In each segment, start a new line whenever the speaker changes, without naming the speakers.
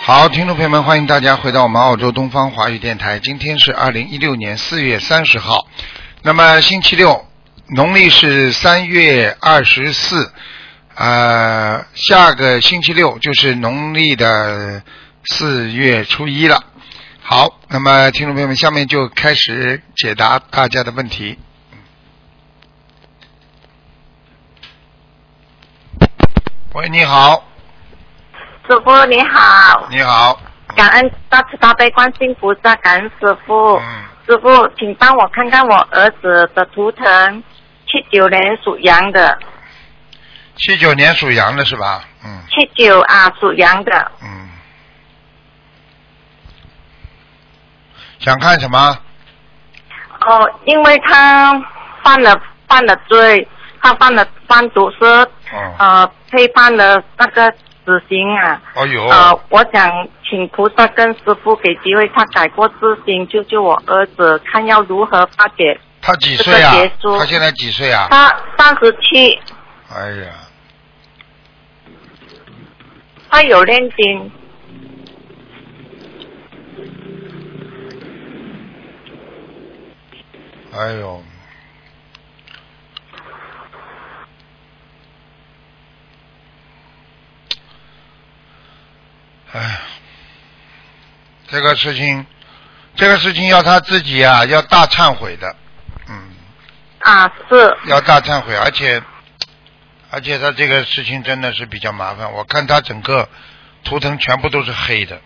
好，听众朋友们，欢迎大家回到我们澳洲东方华语电台。今天是二零一六年四月三十号，那么星期六，农历是三月二十四，呃，下个星期六就是农历的四月初一了。好，那么听众朋友们，下面就开始解答大家的问题。喂，你好，
师傅你好，
你好，
感恩大慈大悲观世音菩萨，感恩师傅。
嗯，
师傅，请帮我看看我儿子的图腾，七九年属羊的，
七九年属羊的是吧？嗯
七九啊属羊的，
嗯，想看什么？
哦，因为他犯了犯了罪，他犯了贩毒是
哦，
呃配犯了那个死刑啊。
哦呦，
呃，我想请菩萨跟师傅给机会，他改过自新，救救我儿子，看要如何化解。
他几岁啊
这个结？束
他现在几岁啊？
他三十七，
哎呀，
他有念经，
哎呦，哎，这个事情，这个事情要他自己啊，要大忏悔的，嗯。
啊，是
要大忏悔，而且而且他这个事情真的是比较麻烦。我看他整个图腾全部都是黑的，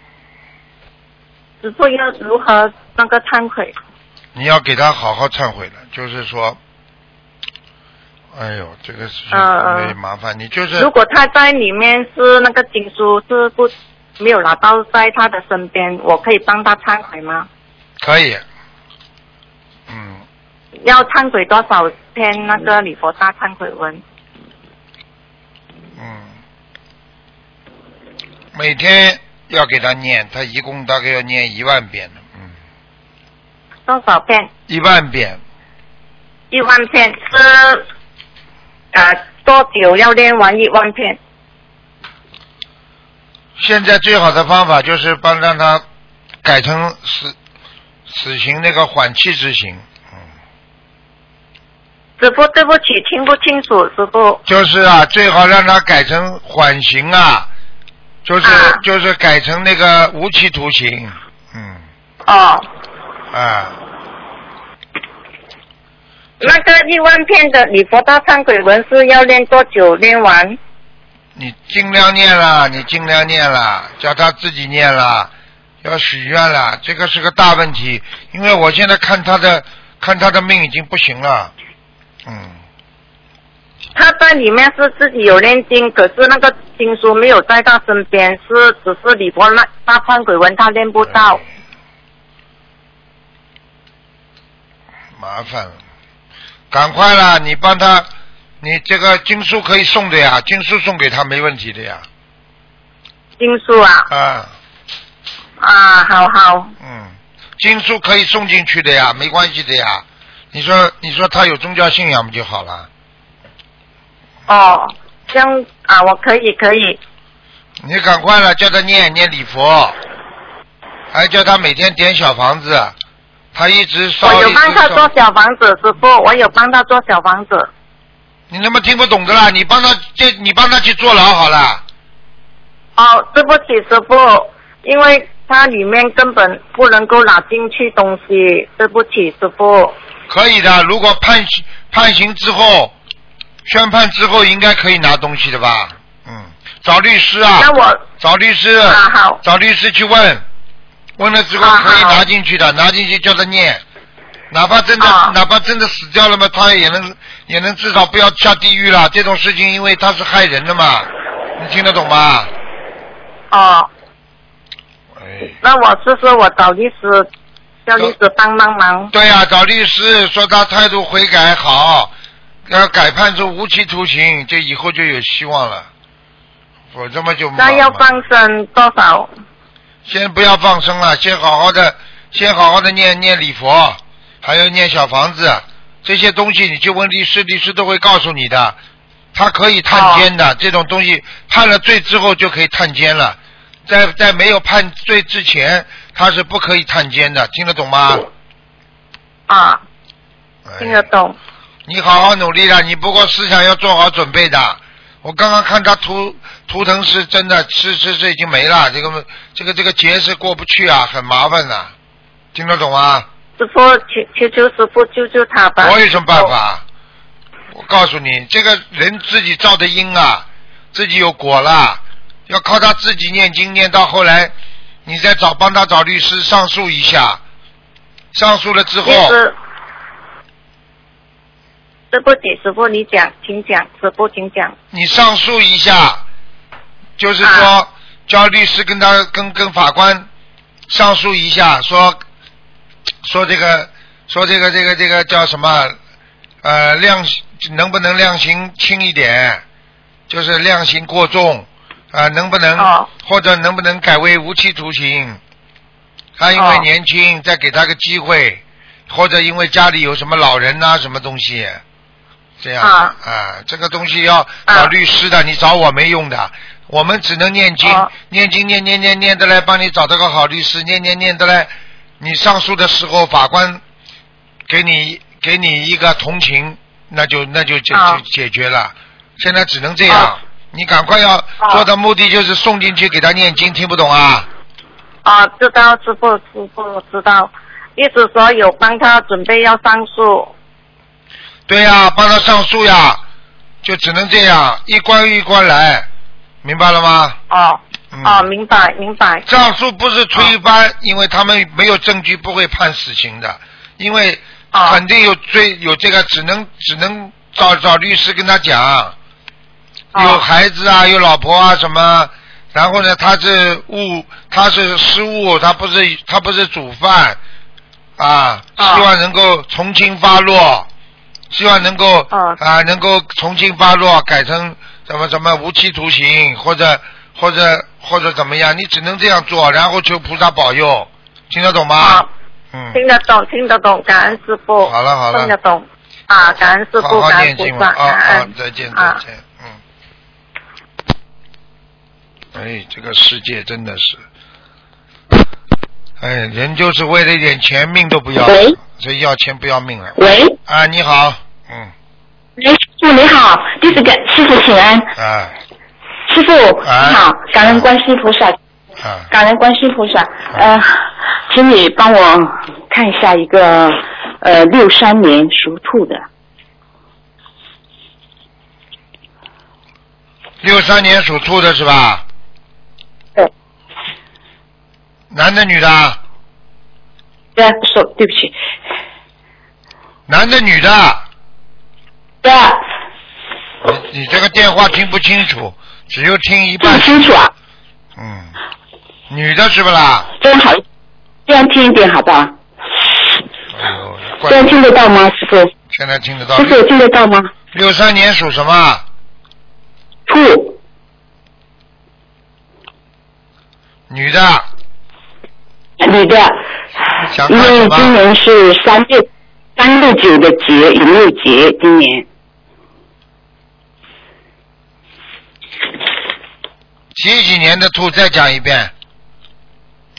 师傅要如何那个忏悔？
你要给他好好忏悔了。就是说，哎呦，这个事情
嗯嗯
特别麻烦。你就是
如果他在里面是那个经书是不没有拿到在他的身边，我可以帮他忏悔吗？
可以，嗯，
要忏悔多少篇那个礼佛大忏悔文？
嗯，每天要给他念，他一共大概要念一万遍的，嗯，
多少篇？
一万遍。
一万片是啊、多久要练完一万片？
现在最好的方法就是帮让他改成死死刑那个缓期执行，嗯，
师傅，对不起，听不清楚，师傅。
就是啊，最好让他改成缓刑啊，就是、
啊
就是改成那个无期徒刑，嗯
哦，
啊，
那个一万片的礼佛大忏悔文是要练多久练完？
你尽量念啦，你尽量念啦，叫他自己念啦，要许愿啦，这个是个大问题，因为我现在看他的看他的命已经不行了，嗯。
他在里面是自己有念经，可是那个经书没有在他身边，是只是礼佛那大忏悔文他练不到。
麻烦了，赶快啦！你帮他，你这个经书可以送的呀，经书送给他没问题的呀。
经书啊
啊，
啊，好好
嗯，经书可以送进去的呀，没关系的呀。你说，你说他有宗教信仰不就好了？
哦，这样啊，我可以可以
你赶快了，叫他念念礼佛，还叫他每天点小房子。他一直烧，
我有
一直
帮他
烧
做小房子，师傅，我有帮他做小房子。
你他妈听不懂的啦！你帮他，这你帮他去坐牢好了。
哦，对不起，师傅，因为它里面根本不能够拿进去东西，对不起，师傅。
可以的，如果判刑判刑之后，宣判之后应该可以拿东西的吧？嗯，找律师啊，
那我
找律师，
啊好
找律师去问，问了之后
啊
可以
好
拿进去的，拿进去叫他念，哪怕真的、
啊
哪怕真的死掉了嘛，他也能也能至少不要下地狱了。这种事情因为他是害人的嘛，你听得懂吗？
哦，
哎。
那我试试我找律师，叫律师帮帮忙。
对啊呀、找律师说他态度悔改好，要改判处无期徒刑，这以后就有希望了。我这么就
那要
忙了
放生多少？
先不要放生了，先好好的，先好好的念念礼佛，还有念小房子这些东西，你去问律师，律师都会告诉你的。他可以探监的，这种东西判了罪之后就可以探监了。在在没有判罪之前，他是不可以探监的，听得懂吗？
啊，
哎
听得懂。
你好好努力了，你不过思想要做好准备的。我刚刚看他图图腾是真的，是是是已经没了，这个这个这个劫是过不去啊，很麻烦的、听得懂吗？
师傅，求求求师傅救救他吧！
我有什么办？法？我告诉你，这个人自己造的因啊，自己有果啦，要靠他自己念经念到后来，你再找帮他找律师上诉一下，上诉了之后
就，是对不起，师傅，你讲，请讲，师傅，请讲。
你上诉一下，就是说
啊
叫律师跟他跟跟法官上诉一下，说说这个说这个这个这个叫什么呃量能不能量刑轻一点，就是量刑过重啊、呃能不能、
哦
或者能不能改为无期徒刑？他因为
哦
年轻，再给他个机会，或者因为家里有什么老人呐、什么东西。这样
啊
这个东西要找
啊
律师的，你找我没用的，我们只能念经，
哦
念经念念念念的来帮你找到个好律师，念念念的来，你上诉的时候法官给你给你一个同情，那就那就解决、
啊
解决了，现在只能这样，
啊
你赶快要
啊
做的目的就是送进去给他念经，听不懂啊？
啊，知道，师傅，师傅，我知道。意思说有帮他准备要上诉。
对呀、帮他上诉呀，就只能这样，一关一关来，明白了吗？
哦，
嗯
哦，明白，明白。
上诉不是推翻，因为他们没有证据，不会判死刑的，因为
哦
肯定有罪，有这个只能只能找找律师跟他讲，
哦
有孩子啊，有老婆啊什么，然后呢，他是误，他是失误，他不是他不是主犯，啊，
哦
希望能够从轻发落，希望能够
哦
啊能够从轻发落，改成什么什么无期徒刑，或者或者或者怎么样，你只能这样做，然后求菩萨保佑，听得懂吗
啊？
嗯，
听得懂，听得懂，感恩师傅。
好了好了
听得懂。啊，感恩师
好
傅，
好
感
念
恩菩
经吧，
萨，
啊
感
啊
恩。，
再见再
啊，
见，嗯。哎，这个世界真的是，哎，人就是为了一点钱命都不要
喂，
所以要钱不要命了。
喂，
啊，你好，嗯，
喂，师傅你好，弟子给师傅请安，
啊
师傅、
哎
你好，感恩观世菩萨，
啊，
感恩观世菩萨，呃，请你帮我看一下一个呃六三年属兔的，
六三年属兔的是吧？
对，
男的女的啊？
呃，手对不起，
男的女的啊？
对啊，
你你这个电话听不清楚，只有听一
这
半
么。清楚啊，
嗯，女的是不啦？
真好，这样听一点好不好？
哎呦，
这
怪
样听得到吗，师傅？
现在听得到
师。傅听得到吗？
六三年属什么？
兔，
女的，
女的，
想
因
看什
为今
么？
年是三六三六九的节，有没有节？今年。
几几年的兔？再讲一遍。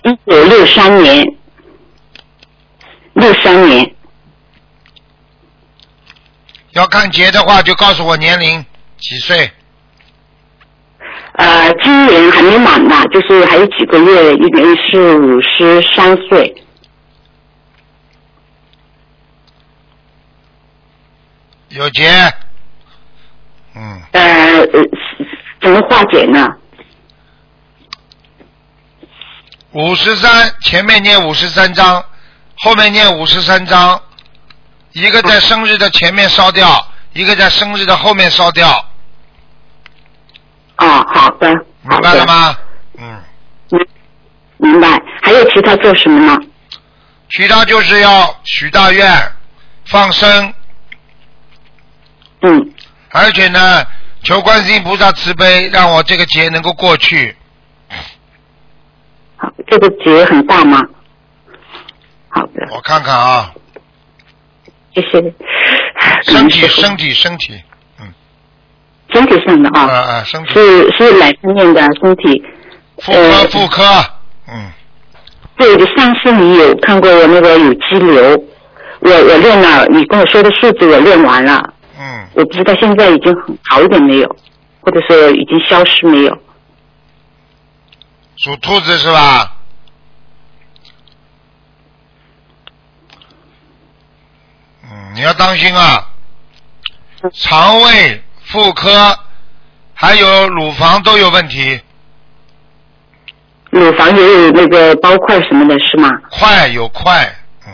一九六三年，六三年，
要看节的话，就告诉我年龄几岁。
呃，今年还没满嘛，就是还有几个月，应该是五十三岁。
有节。嗯，
呃，呃怎么化解呢？
五十三，前面念五十三章，后面念五十三章，一个在生日的前面烧掉，一个在生日的后面烧掉，
哦，好的，
明
好
白
的
了？吗？嗯。
明白。还有其他做什么呢？
其他就是要许大愿、放生，
嗯，
而且呢，求观世音菩萨慈悲，让我这个劫能够过去。
好，这个节很大吗？好的，
我看看啊，
谢谢。感
身
恩
体、
师父
身体、身体，
身体上的
啊
啊，
啊，身体
是是哪方面的身体？呃
妇科妇科，嗯，
对，上次你有看过我那个有肌瘤，我我练了，你跟我说的数字我练完了，
嗯，
我不知道现在已经好一点没有，或者说已经消失没有。
属兔子是吧？嗯，你要当心啊，肠胃、妇科还有乳房都有问题，
乳房也有那个包块什么的，是吗？
块有块，嗯，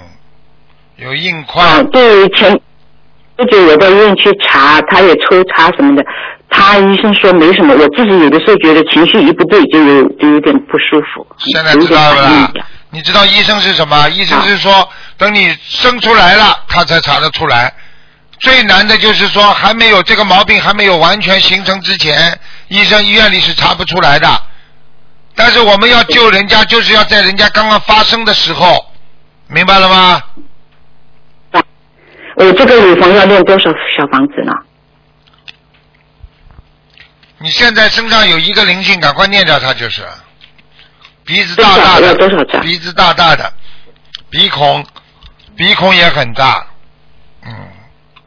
有硬块，
啊，对，前不久我到医院去查，他也抽查什么的，他医生说没什么，我自己有的时候觉得情绪一不对就有就有点不舒服，
现在
有
知
点
道了
反应
吧
一样。？啊
你知道医生是什么？医生是说，等你生出来了，他才查得出来。最难的就是说，还没有这个毛病还没有完全形成之前，医生医院里是查不出来的。但是我们要救人家，就是要在人家刚刚发生的时候，明白了吗？
我这个乳房要练多少小房子呢？
你现在身上有一个灵性，赶快念掉它就是。鼻子
多
大大
少要
的，
多少张？
鼻子大大的，鼻孔，鼻孔也很大，嗯。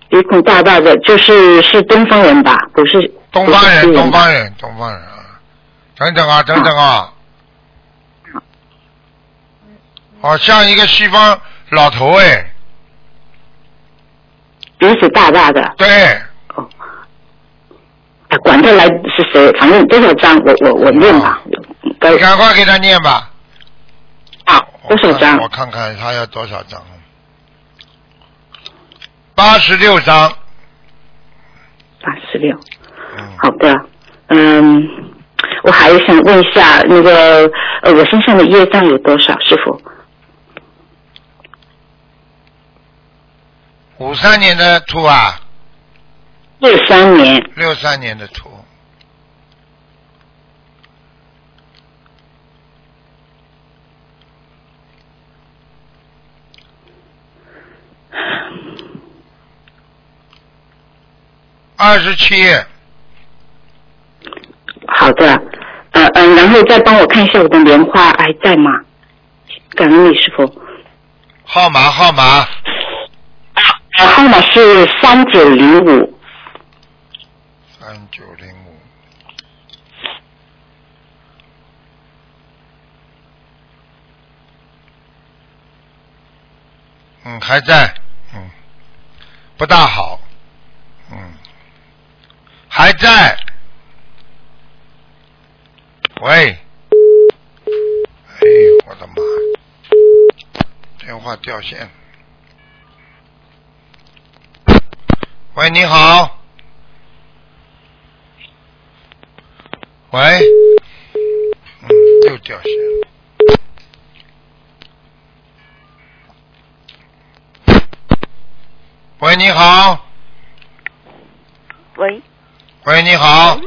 鼻孔大大的，就是是东方人吧？不是
东方人，
不是西
东
吧
方人，东方人啊！等等啊，等等啊！好像一个西方老头哎，
鼻子大大的，
对，
啊管他来是谁，反正多少张我我我练吧，该
哦你赶快给他念吧。
啊
我
多少
看
张？
我看看他要多少张。八十六张，
八十六。
嗯，
好的，嗯，我还想问一下，那个呃，我身上的业障有多少，师傅？
五三年的兔啊，
六三年，
六三年的兔，二十七，
好的，呃嗯、呃，然后再帮我看一下我的莲花还在吗？感恩你师傅。
号码号码
呃，号码是三九零五，
三九零五。嗯，还在，嗯，不大好，嗯，还在。喂，哎呦，我的妈！电话掉线。喂，你好。喂，嗯，又掉线了。喂，你好。
喂，
喂，你好。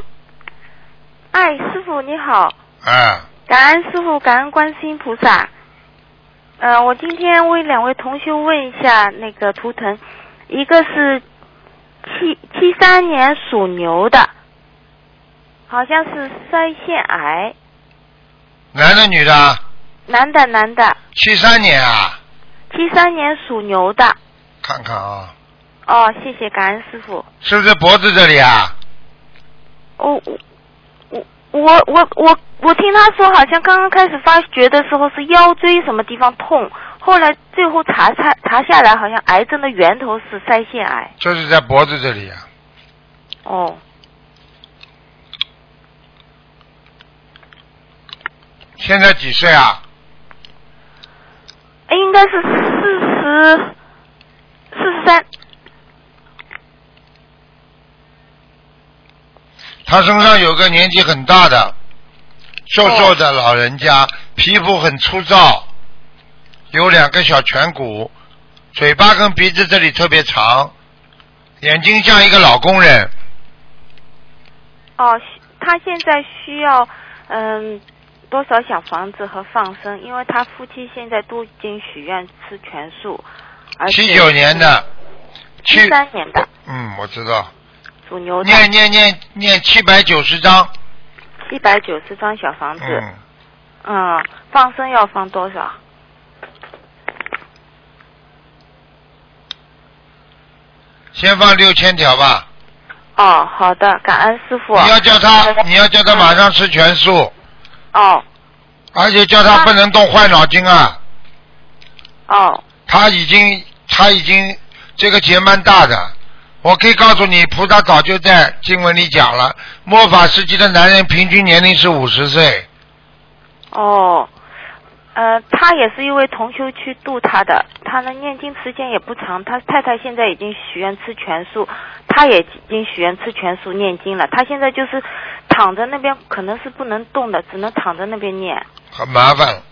哎，师傅你好，
哎，
感恩师傅，感恩观世音菩萨。呃，我今天为两位同学问一下那个图腾，一个是七七三年属牛的，好像是腮腺癌，
男的女的？
男的男的，
七三年啊，
七三年属牛的。
看看啊，
哦，谢谢感恩师傅。
是不是脖子这里啊？
哦，我我我我我我听他说，好像刚刚开始发觉的时候是腰椎什么地方痛，后来最后查查查下来，好像癌症的源头是腮腺癌。
就是在脖子这里啊。
哦，
现在几岁啊？
哎应该是四十四十三。
他身上有个年纪很大的、瘦
哦
瘦的老人家，皮肤很粗糙，有两个小颧骨，嘴巴跟鼻子这里特别长，眼睛像一个老工人。
哦，需他现在需要嗯多少小房子和放生？因为他夫妻现在都已经许愿吃全素，而且
七九年的，
七
七
三年的
嗯，我知道，
属牛的
念念念念七百九十章，
一百九十张小房子，
嗯，
嗯放生要放多少？
先放六千条吧。
哦，好的，感恩师傅。
你要叫他，你要叫他马上吃全素，
哦
而且叫他不能动坏脑筋啊。
哦
他已经，他已经这个劫蛮大的。我可以告诉你，菩萨早就在经文里讲了，末法时期的男人平均年龄是五十岁。
哦，呃，他也是一位同修去度他的，他呢念经时间也不长，他太太现在已经许愿吃全素，他也已经许愿吃全素念经了，他现在就是躺在那边，可能是不能动的，只能躺在那边念。
很麻烦，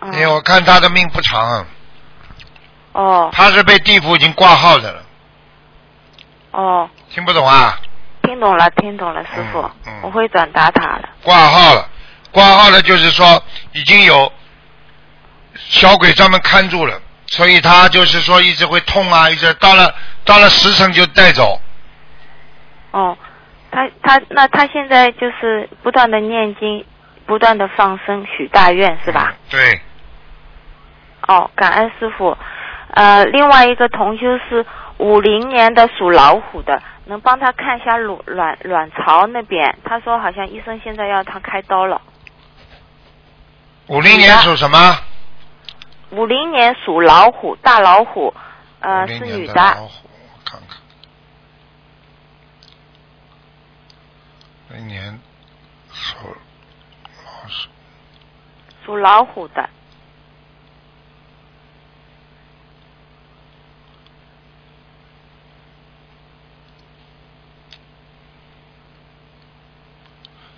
嗯
因为我看他的命不长啊，
哦
他是被地府已经挂号的了，
哦，
听不懂啊？
听懂了，听懂了，师傅，
嗯嗯
我会转达他的。
挂号了，挂号了就是说已经有小鬼专门看住了，所以他就是说一直会痛啊，一直到了到了十层就带走，
哦，他他那他现在就是不断的念经，不断的放生许大愿是吧？
嗯？对，
哦，感恩师傅。呃，另外一个同修是五零年的属老虎的，能帮他看一下卵卵卵巢那边？他说好像医生现在要他开刀了。
五零年属什么？
五零年属老虎，大老虎，呃，
50
是
年
女
的
的。
老虎，我看看，那年属老鼠。
属老虎的。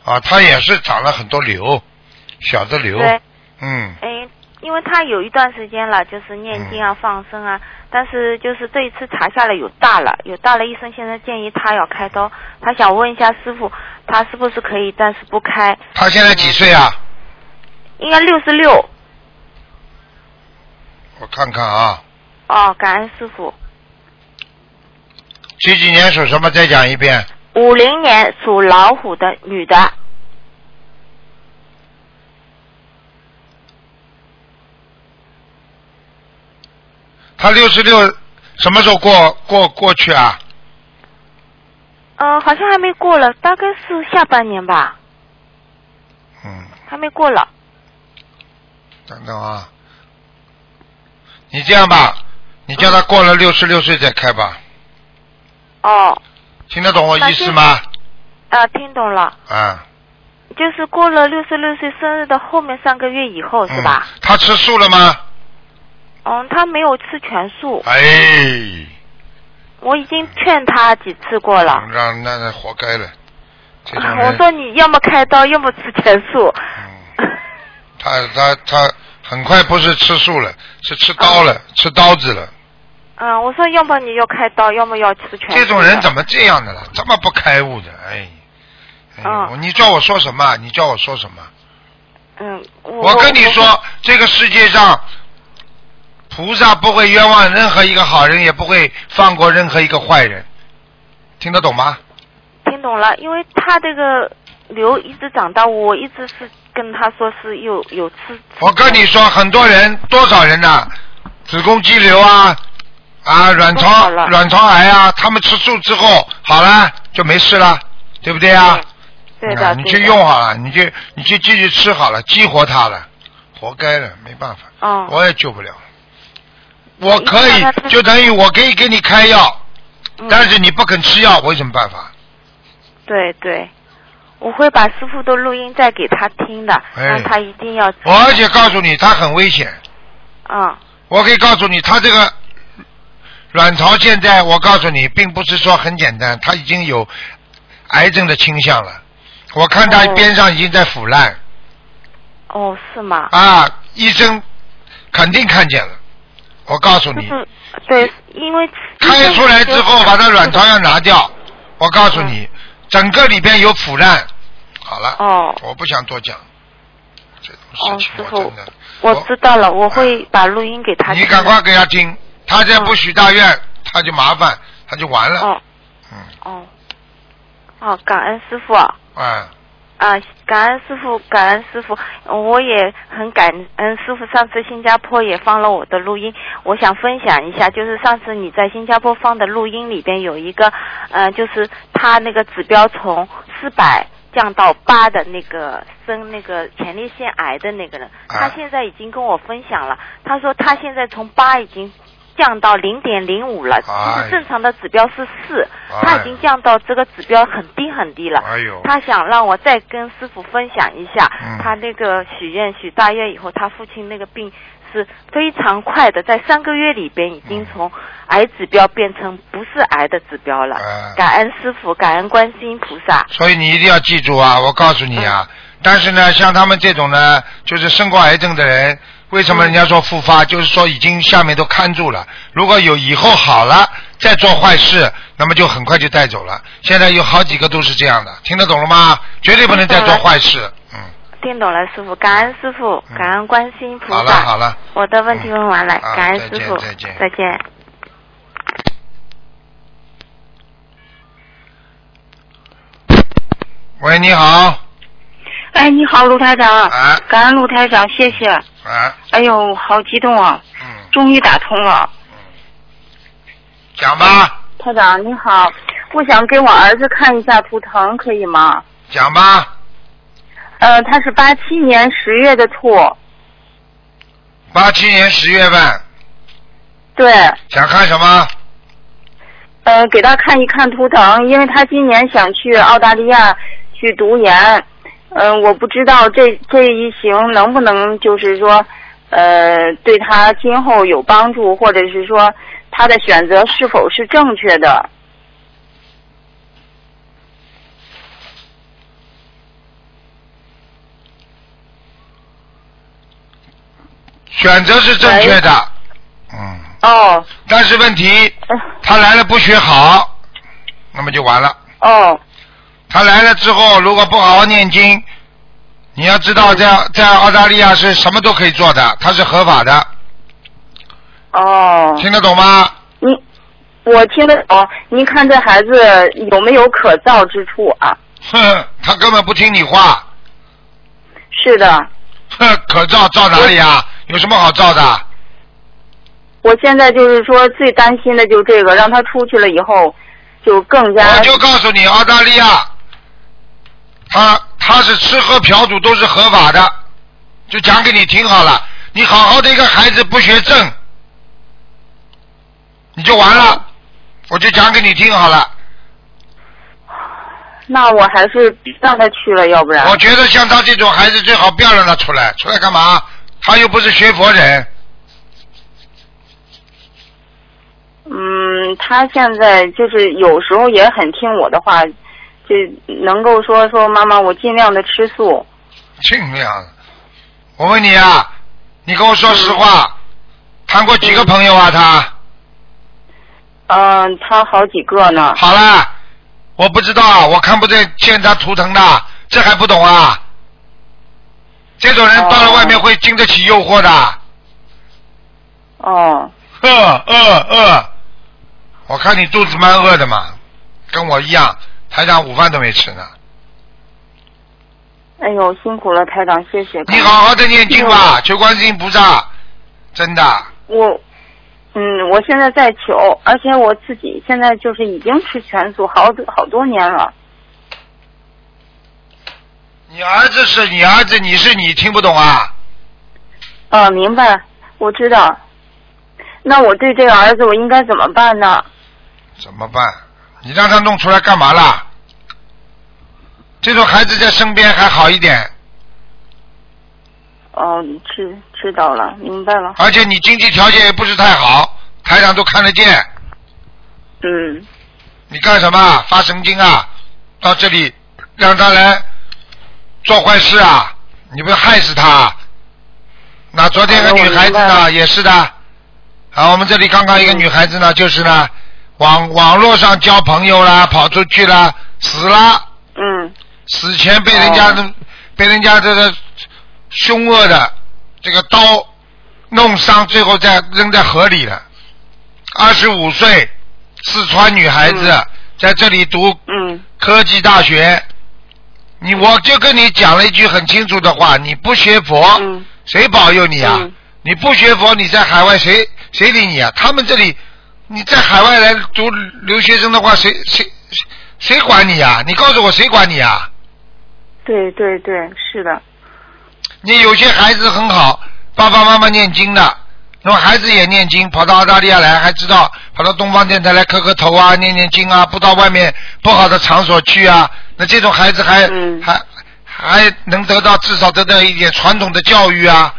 啊，他也是长了很多瘤，小的瘤。
对，
嗯，
哎，因为他有一段时间了，就是念经啊、放生啊，但是就是这一次查下来有大了，有大了，医生现在建议他要开刀。他想问一下师傅，他是不是可以暂时不开？
他现在几岁啊？
应该六十六。
我看看啊，
哦，感恩师傅。
几几年属什么？再讲一遍。
五零年属老虎的女的，
他六十六什么时候过过过去啊？
呃，好像还没过了，大概是下半年吧，
嗯，
还没过了。
等等啊，你这样吧，你叫他
嗯
过了六十六岁再开吧，
哦，
听得懂我意思吗？
啊，听懂了，
啊，
就是过了六十六岁生日的后面三个月以后是吧？
嗯？他吃素了吗？
嗯，他没有吃全素，
哎，
我已经劝他几次过了。
让那那活该了，这 种
啊我
人，
说你要么开刀，要么吃全素。
嗯，他他他很快不是吃素了，是吃刀
啊
了，吃刀子了。
嗯，我说要么你要开刀，要么要吃全素。
这种人怎？么这样的了？这么不开悟的，哎，哎呦
嗯
你叫我说什么啊？你叫我说什么？
嗯，我
我跟你
哦
说，这个世界上，菩萨不会冤枉任何一个好人，也不会放过任何一个坏人，听得懂吗？
听懂了，因为他这个瘤一直长大，我一直是跟他说是有有吃。
我跟你
哦
说，很多人，多少人呐、子宫肌瘤啊，啊，卵
多
巢
少了
卵巢癌啊，他们吃素之后好了就没事了，对不对啊？
对
啊
的，
你
对
去
的
用。好了，你去你去继续吃好了，激活它了，活该了，没办法，
哦
嗯
我也救不了。我可
你
以
看它，
就等于我可以给你开药，
嗯，
但是你不肯吃药，我有什么办法？
对对，我会把师傅的录音再给他听的，
哎
让他一定要。
我而且告诉你，它很危险。
嗯
我可以告诉你，它这个卵巢现在，我告诉你，并不是说很简单，它已经有癌症的倾向了。我看它
哦
边上已经在腐烂、
哦，是吗？
啊，医生肯定看见了。我告诉
就
你，
是对，因为
开出来之后把它卵巢要拿掉，我告诉
嗯
你，整个里边有腐烂。好了，
哦
我不想多讲这种
哦，
事
师
情，我哎
傅
真的，，
我知道了，我会把录音给他听
你
的。
赶快给他听，他再不
啊嗯
许大愿，他就麻烦，他就完了。
哦
嗯，
哦哦，感恩师傅。
哎，
啊、感恩师傅，感恩师傅，我也很感恩师傅。上次新加坡也放了我的录音，我想分享一下，就是上次你在新加坡放的录音里边有一个，呃，就是他那个指标从四百降到八的那个生那个前列腺癌的那个人，他
啊
现在已经跟我分享了，他说他现在从八已经降到零点零五了，
哎
其实正常的指标是四，他
哎
已经降到这个指标很低很低了。
哎呦，
他想让我再跟师傅分享一下，
嗯
他那个许愿许大愿以后，他父亲那个病是非常快的，在三个月里边已
嗯
经从癌指标变成不是癌的指标了。
哎
感恩师傅，感恩观世音菩萨。
所以你一定要记住啊！我告诉你啊，但是呢，像他们这种呢，就是生过癌症的人，为什么人家说复发？就是说已经下面都看住了，如果有以后好了再做坏事，那么就很快就带走了。现在有好几个都是这样的，听得懂了吗？绝对不能再做坏事。嗯，
听懂了，师傅，感恩师傅，
嗯
感恩观世音菩萨。
好了好了，
我的问题问完了，
嗯啊
感恩
再
师
见
傅，
再见
再见。
喂，你好，
哎，你好，卢台长。
哎
感恩卢台长，谢谢。
啊，
哎呦，好激动啊！
嗯，
终于打通了。
讲吧，
台长你好，我想给我儿子看一下图腾，可以吗？
讲吧，
呃，他是八七年十月的兔，
八七年十月份
对，
想看什么？
呃，给他看一看图腾，因为他今年想去澳大利亚去读研，嗯、我不知道这这一行能不能就是说，呃，对他今后有帮助，或者是说他的选择是否是正确的？
选择是正确的，嗯，
哦，
但是问题
呃
他来了不学好，那么就完了。
哦，
他来了之后，如果不好好念经，你要知
嗯
道在，在澳大利亚是什么都可以做的，它是合法的，
哦，
听得懂吗？
你我听得懂。您看这孩子有没有可造之处啊？
哼，他根本不听你话，
是的，
哼，可照照哪里啊？有什么好照的？
我现在就是说最担心的就这个，让他出去了以后就更加
我就告诉你，澳大利亚，他他是吃喝嫖赌都是合法的，就讲给你听好了。你好好的一个孩子不学正，你就完了。我就讲给你听好了。
那我还是让他去了，要不然
我觉得像他这种孩子最好不要让他出来，出来干嘛？他又不是学佛人，
嗯，他现在就是有时候也很听我的话，就能够说说妈妈，我尽量的吃素。
尽量。我问你啊，你跟我说实话，谈过几个朋友啊？他？
嗯、他好几个呢。
好啦，我不知道，啊我看不见见他图腾的，这还不懂啊？这种人到了外面会经得起诱惑的，
哦，
饿饿饿！我看你肚子蛮饿的嘛，跟我一样，台长午饭都没吃呢。
哎呦，辛苦了，台长，谢谢。
你好好的念经吧，求观世音菩萨，真的。
我，嗯，我现在在求，而且我自己现在就是已经吃全素好多好多年了。
你儿子是你儿子，你是你，听不懂啊？
啊，明白，我知道。那我对这个儿子，我应该怎么办呢？
怎么办？你让他弄出来干嘛啦？这种孩子在身边还好一点，
哦，知知道了，明白了。
而且你经济条件也不是太好，台长都看得见，
嗯，
你干什么啊发神经啊？到这里让他来做坏事啊？你不是害死他啊？那昨天个
哎我
女孩
明
子
白
呢，
了
也是的。啊，我们这里刚刚一个女孩子
嗯
呢，就是呢，网网络上交朋友啦，跑出去啦，死啦，
嗯，哦
死前被人家的、被人家这个凶恶的这个刀弄伤，最后再扔在河里了。二十五岁，四川女孩子、
嗯
在这里读
嗯，
科技大学，你我就跟你讲了一句很清楚的话，你不学佛，
嗯
谁保佑你啊？
嗯
你不学佛，你在海外谁谁理你啊？他们这里你在海外来读留学生的话，谁谁谁谁管你啊？你告诉我谁管你啊？
对对对，是的，
你有些孩子很好，爸爸妈妈念经的，那么孩子也念经，跑到澳大利亚来，还知道跑到东方电台来磕磕头啊，念念经啊，不到外面不好的场所去啊。那这种孩子还、
嗯
还还能得到至少得到一点传统的教育啊，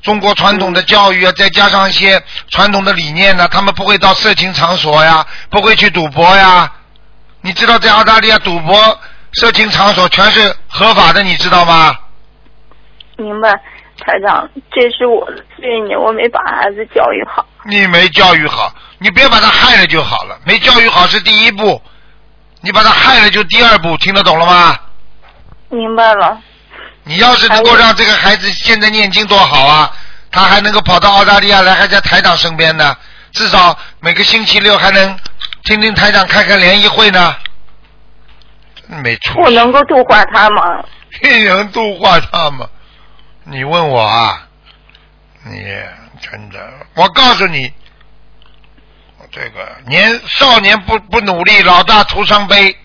中国传统的教育啊，再加上一些传统的理念呢、他们不会到色情场所呀，不会去赌博呀。你知道在澳大利亚赌博、色情场所全是合法的，你知道吗？
明白，台长，这是我的罪孽，我没把孩子教育好。
你没教育好，你别把他害了就好了。没教育好是第一步，你把他害了就第二步，听得懂了吗？
明白了，
你要是能够让这个孩子现在念经多好啊，他还能够跑到澳大利亚来，还在台长身边呢，至少每个星期六还能听听台长开开联谊会呢。没出
我能够度化他吗？
一人度化他们。你问我啊，你真的，我告诉你，这个年少年不不努力，老大徒伤悲。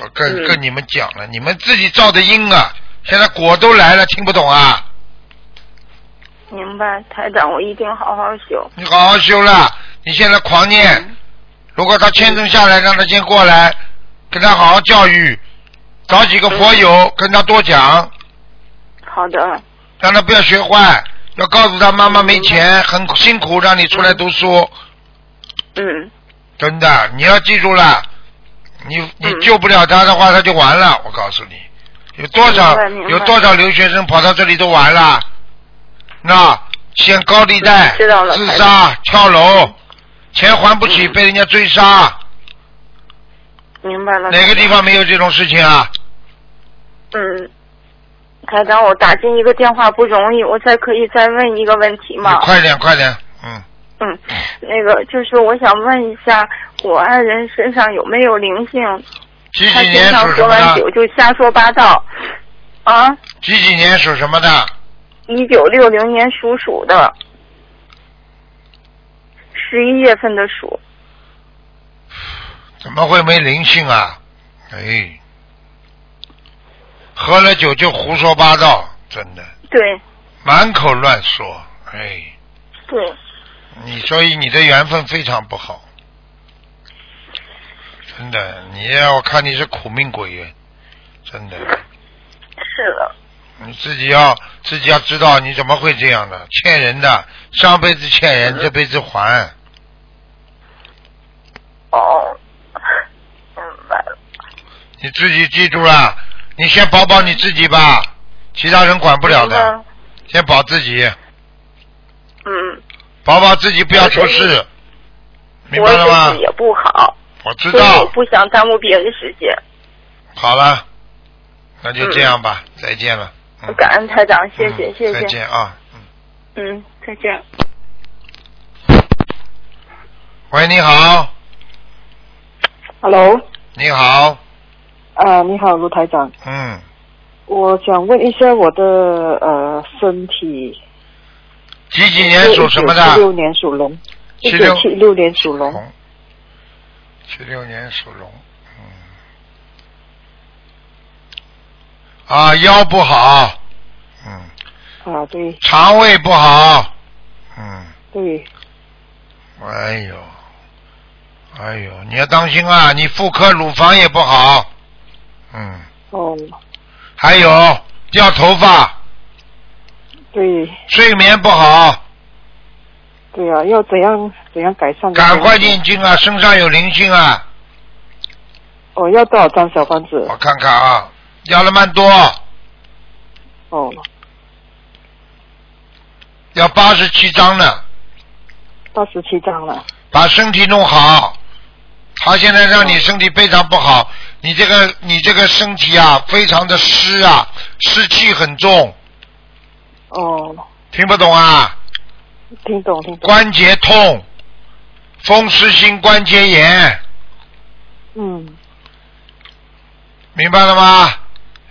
我
嗯
跟跟你们讲了，你们自己造的因啊，现在果都来了，听不懂啊？
明白，台长，我一定好好修。
你好好修了，你现在狂念，
嗯
如果他签证下来，让他先过来，跟他好好教育，找几个佛友跟他多讲，
嗯好的，
让他不要学坏，要告诉他妈妈没钱，很辛苦让你出来读书，
嗯，
真的，你要记住了，你你
嗯
救不了他的话，他就完了。我告诉你，有多少
明白明白
有多少留学生跑到这里都完了，那欠高利
嗯、
贷
知道了
自杀、跳楼，钱还不起
嗯
被人家追杀，
明白了。
哪个地方没有这种事情啊？
嗯，台长，我打进一个电话不容易，我再可以再问一个问题
你
吗？
快点快点，嗯，
嗯，那个就是我想问一下，我爱人身上有没有灵性？
几
他
几
经
年
常
属
喝
什么
完
的？
酒就瞎说八道。啊，
几几年属什么的？
一九六零年属鼠的，十一月份的鼠。
怎么会没灵性啊？哎，喝了酒就胡说八道，真的
对
满口乱说。哎，
对，
你所以你的缘分非常不好，真的，你我看你是苦命鬼缘，真的，
是的，
你自己要自己要知道你怎么会这样的，欠人的，上辈子欠人，这辈子还。
哦，明白了。
你自己记住了，你先保保你自己吧，其他人管不了的，
明白。
先保自己。
嗯，
保保自己不要出事，明白了
我
吗
身体？也不好，
我知
所以我
道。
不想耽误别人时间。
好了，那就这样吧，再见了。嗯、
感恩台长，谢谢、
嗯
谢
再
谢。
见啊！嗯
嗯，再见。
喂，你好，
Hello，
你好，
啊，你好，卢台长，
嗯，
我想问一下我的呃身体，
几几年属什么的？
六年属龙，一
76
九七六年属龙，
龙，七六年属龙，嗯，啊，腰不好，嗯，
啊，对
肠胃不好，嗯，
对，
哎呦，哎呦，你要当心啊！你妇科乳房也不好，嗯，
哦，
还有掉头发，
对
睡眠不好，
对啊，要怎样怎样改善？
赶快！念经啊！身上有灵性啊！
哦，要多少张小房子
我？看看啊，要了曼多
哦，
要八十七张呢，
八十七张了。
把身体弄好。他现在让你身体非常不好，你这个你这个身体啊，非常的湿啊，湿气很重，
哦，
听不懂啊？
听懂听懂。
关节痛，风湿性关节炎。
嗯，
明白了吗？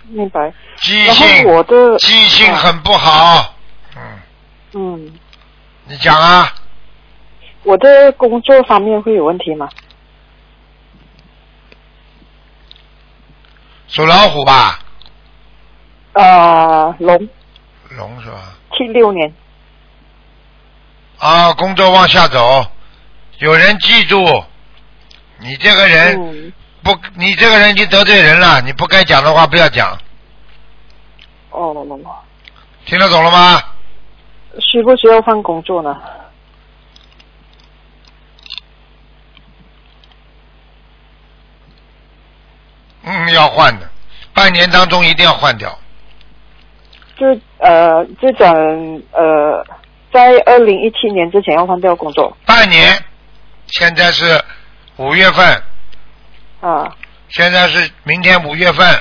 明白。
记
然
性
后我的
记性很不好，嗯，
嗯，
你讲啊，
我的工作方面会有问题吗？
属老虎吧？
呃，龙
龙是吧？
七六年，
啊，工作往下走，有人记住你这个人
嗯，
不，你这个人已经得罪人了，你不该讲的话不要讲，
哦，
听得懂了吗？
需不需要换工作呢？
嗯，要换的，半年当中一定要换掉。
就呃，就讲呃，在二零一七年之前要换掉工作
半年，现在是五月份，
啊，
现在是明天五月份，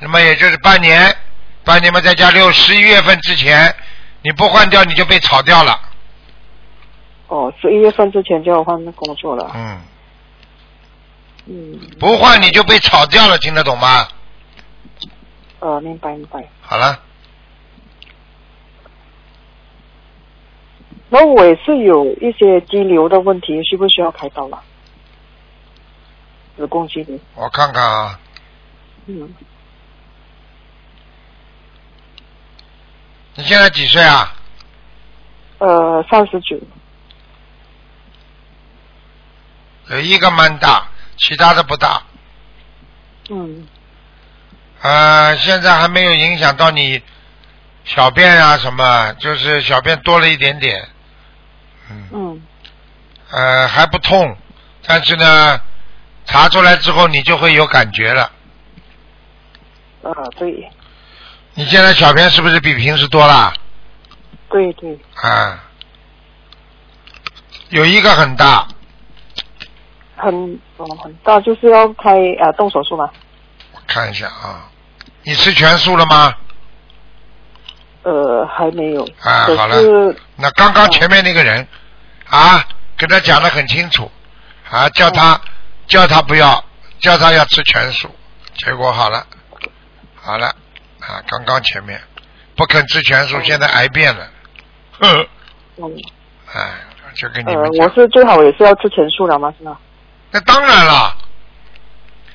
那么也就是半年，半年嘛再加六十一月份之前，你不换掉你就被炒掉了。
哦，十一月份之前就要换工作了，
嗯，
嗯，
不换你就被炒掉了，听得懂吗？
呃，明白明白。
好了，
然后我也是有一些肌瘤的问题，需不需要开刀了？子宫肌瘤，
我看看啊，
嗯，
你现在几岁啊？
呃，三十九，
有呃一个蛮大，其他的不大。
嗯，
呃，现在还没有影响到你小便啊什么，就是小便多了一点点。嗯。
嗯，
呃，还不痛，但是呢，查出来之后你就会有感觉了。
啊，对，
你现在小便是不是比平时多啦？
对对，
啊，有一个很大，
很哦很大，就是要开呃动手术嘛，
我看一下啊，你吃全素了吗？
呃，还没有，
啊好
可
了
是哦
那刚刚前面那个人啊，跟他讲的很清楚，啊，叫他、
哦
叫他不要，叫他要吃全素，结果好了，好了，啊，刚刚前面不肯吃全
哦
素，现在癌变了，呵，
嗯
哎，就跟你
呃，
们
我
讲，
是最好也是要吃全素了嘛，是吗？
那当然了，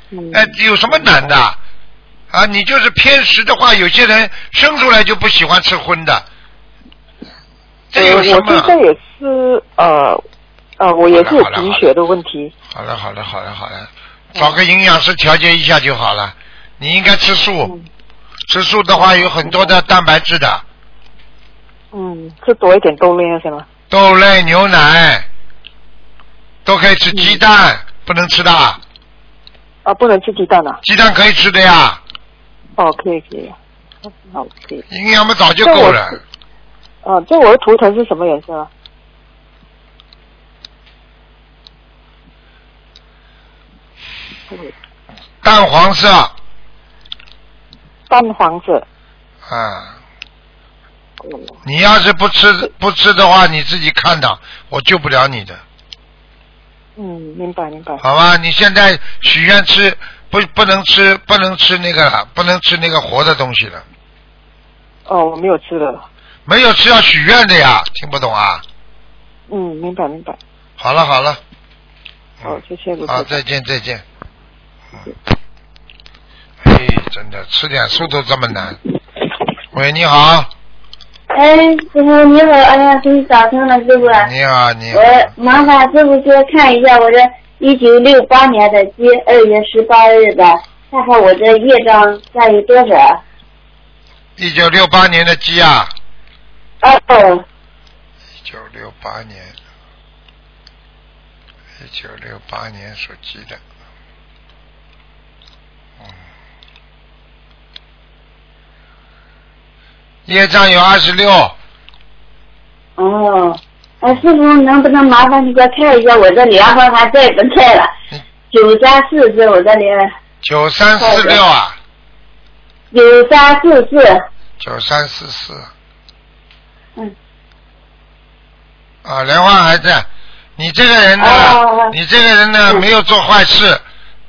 嗯，
哎，有什么难的？啊，你就是偏食的话，有些人生出来就不喜欢吃荤的，这
呃
有
我
什么
现？在也是呃呃，我也是有
好了好了
贫血的问题，
好了好了好了好了，
嗯
找个营养师调节一下就好了。你应该吃素，
嗯
吃素的话有很多的蛋白质的，
嗯，吃多一点豆类那些吗？
豆类、牛奶都可以吃，鸡
嗯
蛋不能吃的，
啊，不能吃鸡蛋啊？
鸡蛋可以吃的呀，
哦，可以可以，好可以。
营养嘛早就
那
够
我
了。
啊，这我的图腾是什么颜色啊？嗯
淡黄色
淡黄色。
啊，
嗯
你要是不吃不吃的话，你自己看的，我救不了你的，
嗯，明白明白。
好吧？你现在许愿吃不不能吃不能吃那个了，不能吃那个活的东西了。
哦，我没有吃的。
没有吃要许愿的呀，听不懂啊？
嗯，明白明白。
好了好了，
哦，谢谢卢
嗯好，
师。
再见再见。嗯哎，真的吃点素都这么难。喂，你好，
哎，师傅你好，哎呀，真是打通了，师傅啊。
你好你好，
我麻烦师傅说看一下我这一九六八年的鸡，二月十八日的，看看我这业障大有多少？
一九六八年的鸡啊，
哦哦，
一九六八年，一九六八年属鸡的，嗯，业障有二十六，
哦，哎，师傅能不能麻烦你给我看一下我这莲花还在不在了
嗯？
九三四是我这里，
九三四六啊。
九三四四，
九三四四。
嗯。
啊，莲花还在。你这个人呢？
哦哦哦
你这个人呢，
嗯
没有做坏事，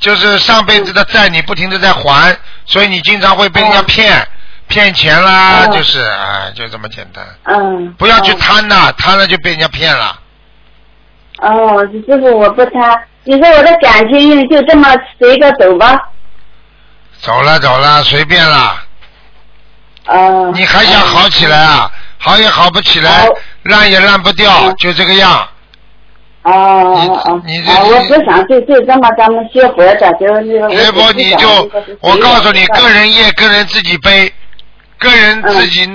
就是上辈子的债你不停的在还，所以你经常会被
哦
人家骗，骗钱啦，
嗯
就是哎，就这么简单。
嗯。
不要去贪呐，贪了就被人家骗了。
哦，师傅，我不贪。你说我的感情运就这么随着走吧？
走了走了，随便啦。
哦。
你还想好起来啊？好也好不起来
好，
烂也烂不掉，
嗯
就这个样。
哦？哦哦
你你这
哦，我不想就就这么咱们学佛的，就是那 个。
要不
我只
你
是想
就
那个，嗯
我告诉你，
随缘
个人业个人自己背，个人自己，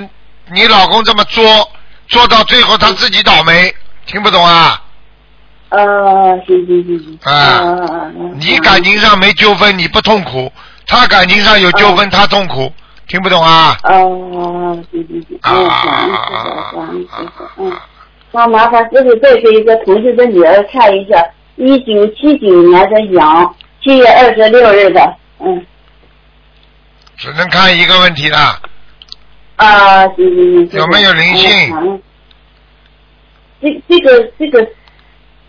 你老公这么作，作到最后他自己倒霉，听不懂啊？
呃，行行行行。
啊
嗯嗯嗯。
你感情上没纠纷，你不痛苦；他感情上有纠纷，
嗯
他痛苦，听不懂啊？
哦，行行行，
啊
嗯，
啊
感恩
啊
师傅，感恩师
啊
傅，
啊
嗯，！那麻烦师傅再给一个同事的女儿看一下，一九七九年的羊，七月二十六日的，嗯，
只能看一个问题了，
啊，行行行，
有没有灵性
嗯感恩这这个这个，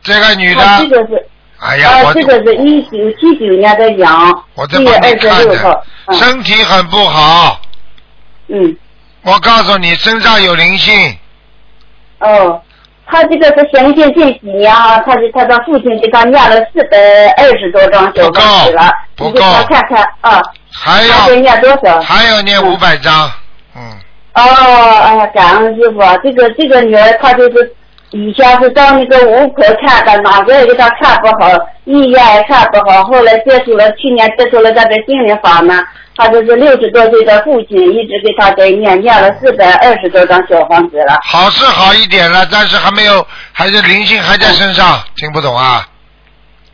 这个女
啊这
的，
个是
哎呀，
啊，
我
这个是一九七九年的羊
我，在
七月
帮你
二
看
十六号
着，，
嗯
身体很不好。
嗯，
我告诉你，身上有灵性，
哦。他这个是相信这几年啊，他是他的父亲给他念了四百二十多张小
不够
房子了，
不
你给他
够
看看啊，
还
他得
要
念多少？
还要念五
嗯
百张，嗯，
哦，哎呀，感恩师傅，这个这个女儿她就是以前是当那个巫婆看的，哪个也给她看不好，医院也看不好，后来接触了去年接触了咱这心灵法门，她就是六十多岁的父亲一直给她在念，念了四百二十多张小房子了。
好是好一点了，但是还没有，还是灵性还在身上，听不懂啊？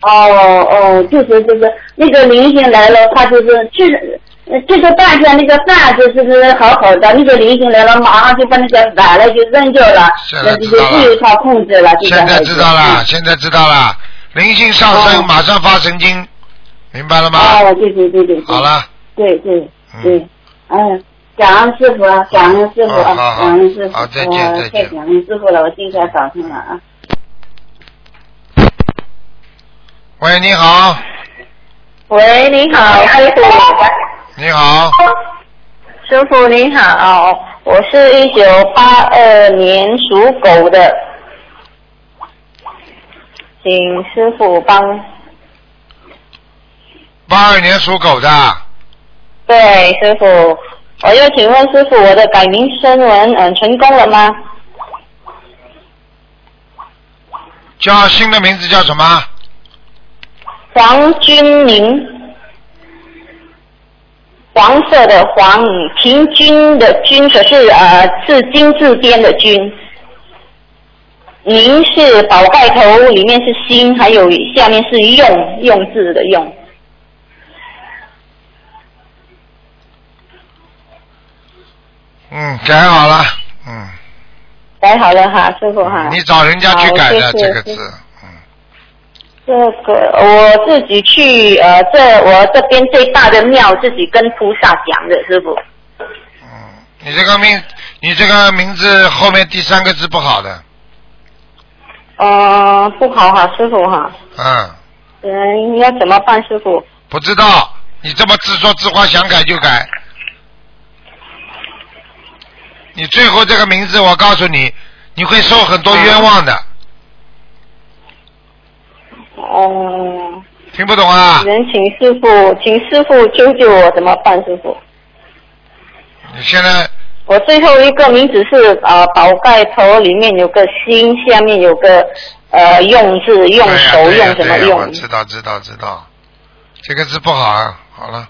哦哦，就是就是那个灵性来了，她就是吃。呃吃个半天那个饭就是不是好好的，那个灵性来了，马上就把那个碗了就扔掉了，
现在
那就
知
是
道了
不由她控制了。这个
现在
孩
知
子
道
嗯
了，现在知道了，灵性上
哦
升马上发神经，明白了吗？
哦，对对对对对。
好。了，
对对
嗯
对，嗯，感恩师傅，感恩师傅
好
啊，
嗯好好
感恩师傅，
好
我
再见再见
太感恩师傅了，我今天早上了啊。
喂，你好，
喂，你好，师傅，
嗯
你好，
师傅你好，我是一九八二年属狗的，请师傅帮。
八二年属狗的，
对，师傅，我要请问师傅，我的改名声纹嗯成功了吗？
叫新的名字叫什么？
黄君宁，黄色的黄，平均的均，可是呃字金字边的均。宁是宝盖头，里面是心，还有下面是用用字的用。
嗯，改好了，嗯，
改好了哈，师傅哈。
你找人家去
好
改的
谢谢
这个
谢谢
字，嗯。
这个我自己去呃，这我这边最大的庙自己跟菩萨讲的，师傅。
嗯，你这个名，你这个名字后面第三个字不好的，
呃，不好哈，师傅哈，
嗯，
嗯，要怎么办，师傅？
不知道，你这么自说自话，想改就改。你最后这个名字，我告诉你，你会受很多冤枉的，
哦、
听不懂啊？
能请师傅，请师傅救救我，怎么办，师傅？
你现在
我最后一个名字是呃宝盖头，里面有个心，下面有个呃用字，用
对呀
手、
对哎呀
用什
对
么
呀我
用？
知道知道知道，这个字不好啊。好了，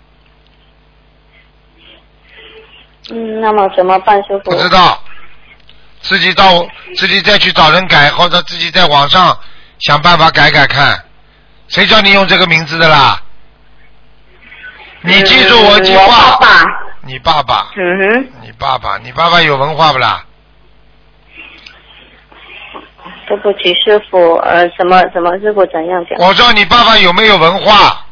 嗯，那么怎么办，师傅
不？知道，自己到自己再去找人改，或者自己在网上想办法改改看。谁叫你用这个名字的啦？你记住我一句
嗯我
话
爸，爸，
你爸爸，
嗯哼。
你爸爸，你爸爸有文化不啦？
对不起，师傅，呃，什么什么师傅怎样讲？
我说你爸爸有没有文化？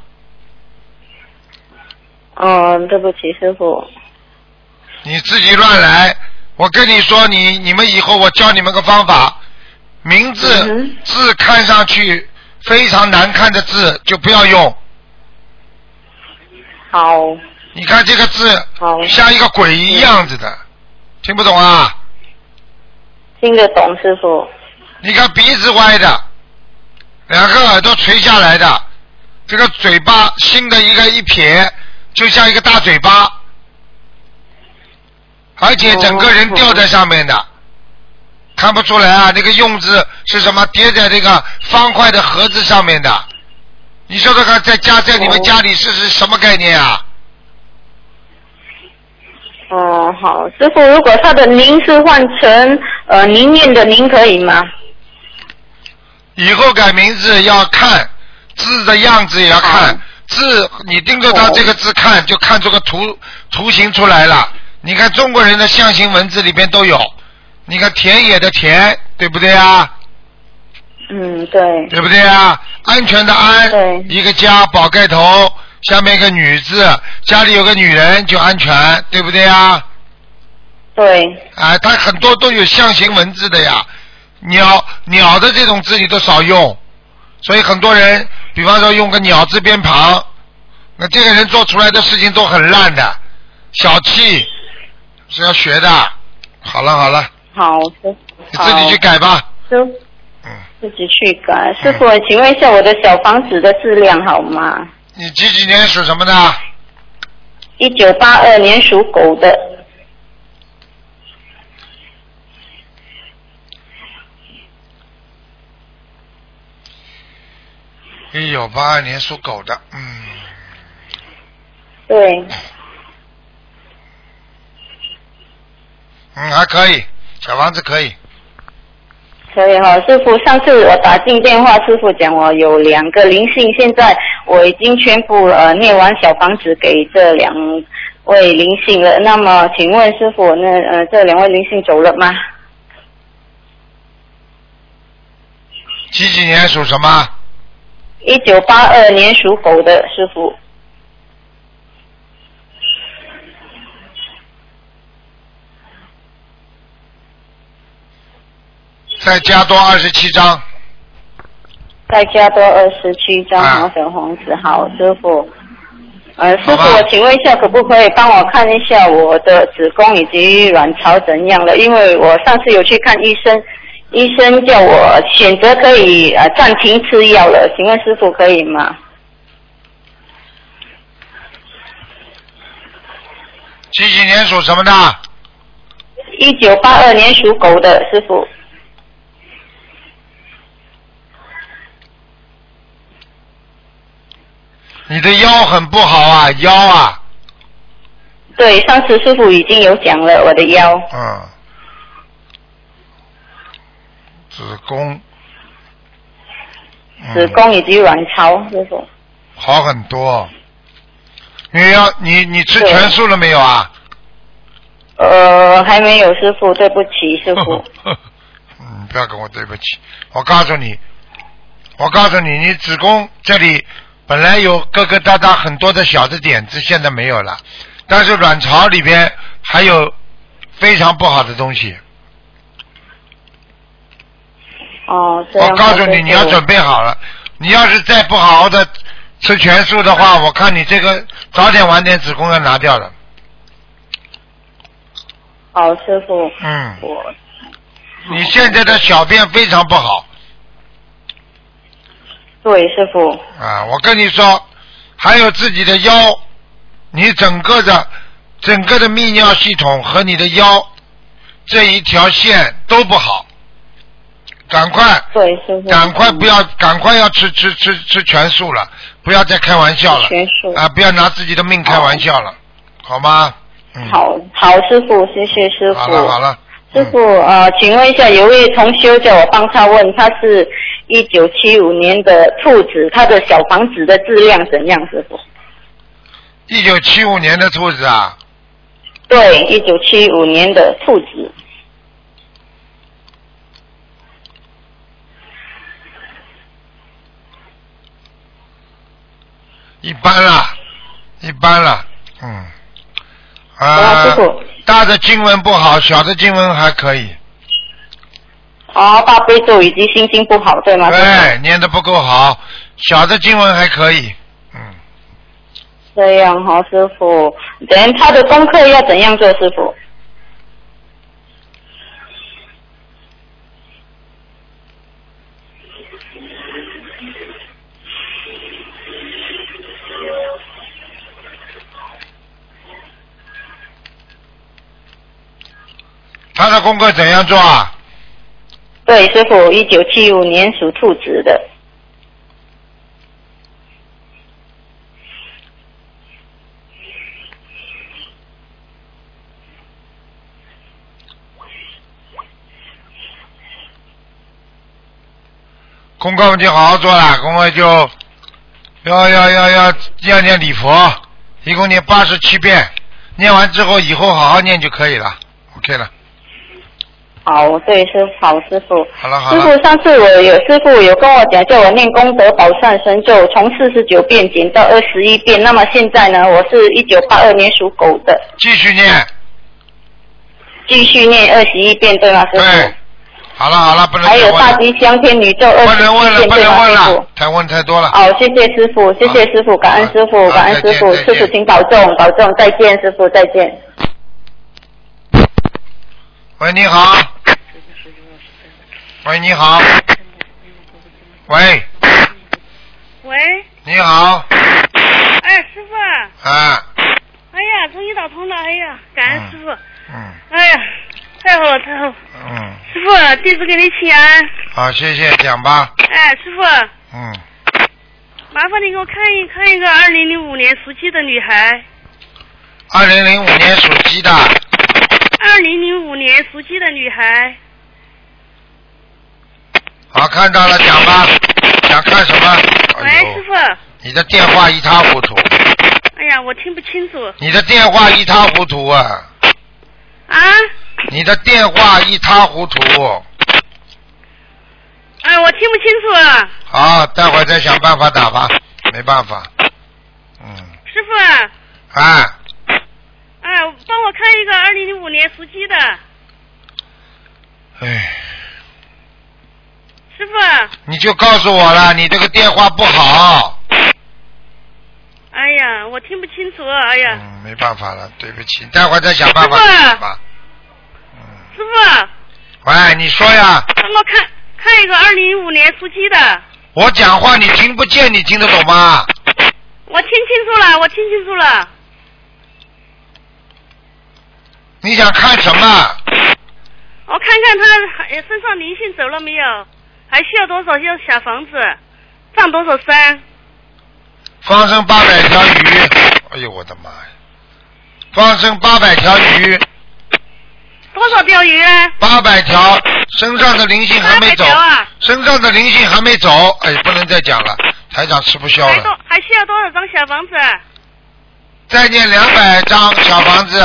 嗯，对不起，师傅。
你自己乱来。我跟你说，你你们以后我教你们个方法，名字、
嗯哼
字看上去非常难看的字就不要用，
好
你看这个字
好
像一个鬼一样子的，听不懂啊？
听得懂师傅，
你看鼻子歪的，两个耳朵垂下来的，这个嘴巴新的一个一撇，就像一个大嘴巴，而且整个人吊在上面的，看不出来啊，那个用字是什么？叠在这个方块的盒子上面的，你说说看，在家在你们家里是是什么概念啊？
哦好，师傅，如果他的您是换成呃您念的您可以吗？
以后改名字要看字的样子也要
啊
看字，你盯着它这个字
哦
看，就看出个图图形出来了。你看中国人的象形文字里边都有，你看田野的田，对不对啊？
嗯，对，
对不对啊？安全的安
对，
一个家宝盖头，下面一个女字，家里有个女人就安全，对不对啊？
对，
啊，它很多都有象形文字的呀，鸟鸟的这种字你都少用，所以很多人，比方说用个鸟字边旁，那这个人做出来的事情都很烂的，小气是要学的。好了好了，
好，师傅
你自己去改吧。
师傅
嗯，
自己去改。师傅，请问一下我的小房子的质量好吗？
你几几年属什么的？
一九八二年属狗的，
一九哎八二年属狗的，嗯，
对，
嗯还可以，小房子可以，
可以哈、师傅，上次我打进电话，师傅讲我有两个灵性，现在我已经全部呃念完小房子给这两位灵性了。那么，请问师傅，那呃这两位灵性走了吗？
几几年属什么？
一九八二年属狗的师傅，
再加多二十七张。
再加多二十七张
啊
毛粉红纸，好，师傅。呃，师傅，
好吧
我请问一下，可不可以帮我看一下我的子宫以及卵巢怎样了？因为我上次有去看医生，医生叫我选择可以呃暂停吃药了，请问师傅可以吗？
几几年属什么的？
一九八二年属狗的师傅，
你的腰很不好啊，腰啊，
对，上次师傅已经有讲了我的腰，
嗯，子宫，嗯
子宫以及卵巢，师傅
好很多。你要你你吃全素了没有啊？
呃还没有师傅，对不起师 傅。
嗯，不要跟我对不起，我告诉你，我告诉你，你子宫这里本来有疙疙瘩瘩很多的小的点子，现在没有了，但是卵巢里边还有非常不好的东西。
哦，这样
我告诉
师
你，
傅
你要准备好了。你要是再不好好的吃全素的话，我看你这个早点晚点子宫要拿掉了。
好，师傅，
嗯，
我嗯
你现在的小便非常不好
对师傅，
啊！我跟你说，还有自己的腰，你整个的整个的泌尿系统和你的腰这一条线都不好，赶快
对师傅，
赶快不要，赶快要吃吃吃吃全素了，不要再开玩笑了
吃全素
啊！不要拿自己的命
哦
开玩笑了，好吗？嗯，
好好师傅，谢谢师傅。
好了嗯好了，
师傅，呃，请问一下，有位同修叫我帮他问，他是一九七五年的兔子，他的小房子的质量怎样，师傅？
一九七五年的兔子啊，
对，一九七五年的兔子，
一般啦，一般啦，嗯，
啊，
啊
师，傅，
大的经文不好，小的经文还可以，
哦，大悲咒以及心经不好，
哎
对吗？师傅
对，念的不够好，小的经文还可以，嗯，
这样哈、师傅。等他的功课要怎样做，师傅？
他的功课怎样做啊？
对，师傅，一九七五年属兔子的。
功课就好好做了，功课就要要要要要念礼佛，一共念八十七遍，念完之后以后好好念就可以了，OK 了，
好，对，师傅好，师傅。
好了好
师
了，
傅，上次我有师傅有跟我讲，叫我念功德宝善神咒，从四十九遍减到二十一遍。那么现在呢，我是一九八二年属狗的，
继续念，
继续念二十一遍，对吗，师
对
傅？，
好了好了，不能
还
再
有
问
大
了，
吉祥天女咒二
不
十
能问
一
了
遍，
不
对
能
吗，
问
师傅
了？，太问太多了，
好，谢谢师傅，谢谢师傅，感恩师
好
傅，感恩
再见
师傅，
再见
师傅请保重，保重，再见，师傅，再见。
喂你好，喂你好，喂
喂，
你好，
哎，师傅，
啊，
哎呀，终于打通了，哎呀，感恩师傅，
嗯
哎呀，太好了，太好了，
嗯，
师傅，弟子给您请安，
好谢谢，讲吧，
哎，师傅，
嗯，
麻烦你给我看一看一个二零零五年属鸡的女孩，
二零零五年属鸡的，
二零零五年属鸡的女孩，
好看到了，讲吧，想看什么？
喂，
哎
师
呦
傅，，
你的电话一塌糊涂，
哎呀，我听不清楚
你的电话一塌糊涂啊！
啊，
你的电话一塌糊涂，
哎，我听不清楚，
好，待会儿再想办法打吧，没办法。嗯，
师傅，
啊，
哎，帮我看一个二零零五年属鸡的，
哎，
师傅，
你就告诉我了，你这个电话不好。
哎呀，我听不清楚，哎呀。
嗯，没办法了，对不起，待会儿再想办法打吧。嗯，
师傅，
喂，你说呀，
帮我看看一个二零一五年属鸡的，
我讲话你听不见，你听得懂吗？
我听清楚了，我听清楚了。
你想看什么？
我看看他还身上灵性走了没有，还需要多少要小房子，放多少山？
放生八百条鱼，哎呦我的妈呀！放生八百条鱼，
多少条鱼啊？
八百条，身上的灵性还没走
800条啊，
身上的灵性还没走，哎，不能再讲了，台长吃不消
还
了
多。还需要多少张小房子？
再念两百张小房子，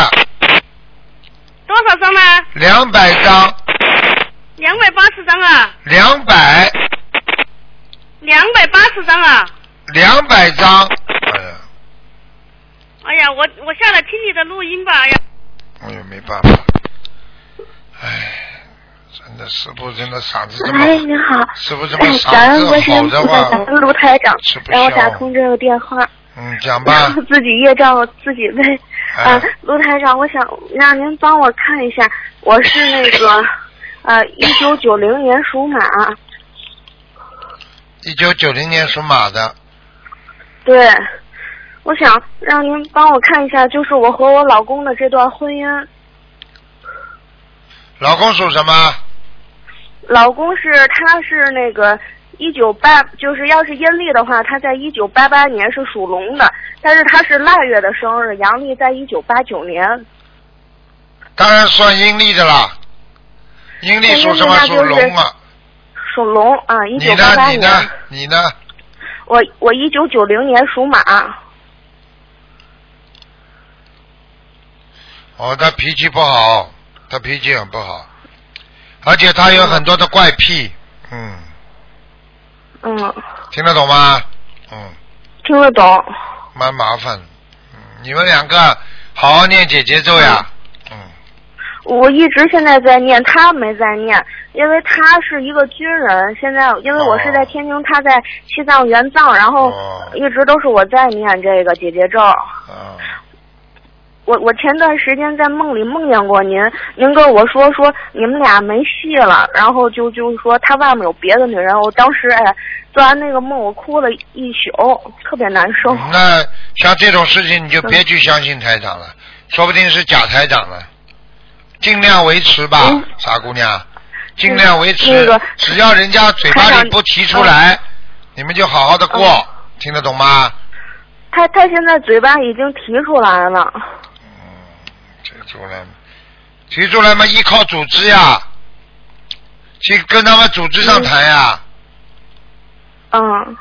多少张呢？
两百张，
两百八十张啊，
两百，
两百八十张啊！
两百张，哎呀，
哎呀，我我下来听你的录音吧，哎呀，
哎呦没办法，哎，真的师傅真的嗓子这么，
哎，你好，
嗯师傅这么
哎，感
嗓
恩观世
子
音
吼
菩
的
萨，
话
感，恩卢台长
吃不消
让我打通这个电话，
嗯，讲吧，
自己业障我自己背。
哎
啊，卢台长，我想让您帮我看一下，我是那个呃，一九九零年属马，
一九九零年属马的，
对，我想让您帮我看一下，就是我和我老公的这段婚姻，
老公属什么？
老公是他是那个一九八，就是要是阴历的话，他在一九八八年是属龙的，但是他是腊月的生日，阳历在一九八九年。
当然算阴历的啦，阴历属什么？
那
属
就是
龙啊。
属龙啊，一
你
九八
呢？
八
你
年。
呢？你呢？
我我一九九零年属马。
哦，他脾气不好，他脾气很不好，而且他有很多的怪癖，嗯，
嗯，
听得懂吗？嗯，
听得懂。
蛮麻烦的。嗯，你们两个好好念姐姐咒呀。嗯，
我一直现在在念，他没在念。因为他是一个军人，现在因为我是在天津，他在西藏援藏，然后一直都是我在念这个解结咒。
啊，
我我前段时间在梦里梦见过您，您跟我说说你们俩没戏了，然后就就是说他外面有别的女人，我当时哎，做完那个梦我哭了一宿，特别难受。
那像这种事情你就别去相信台长了，说不定是假台长了。尽量维持吧，傻姑娘，尽量维持。
那个
只要人家嘴巴里不提出来，你们就好好的过，听得懂吗？
他他现在嘴巴已经提出来了，
提出来，提出来嘛，依靠组织呀，去跟他们组织上谈呀，
嗯。
嗯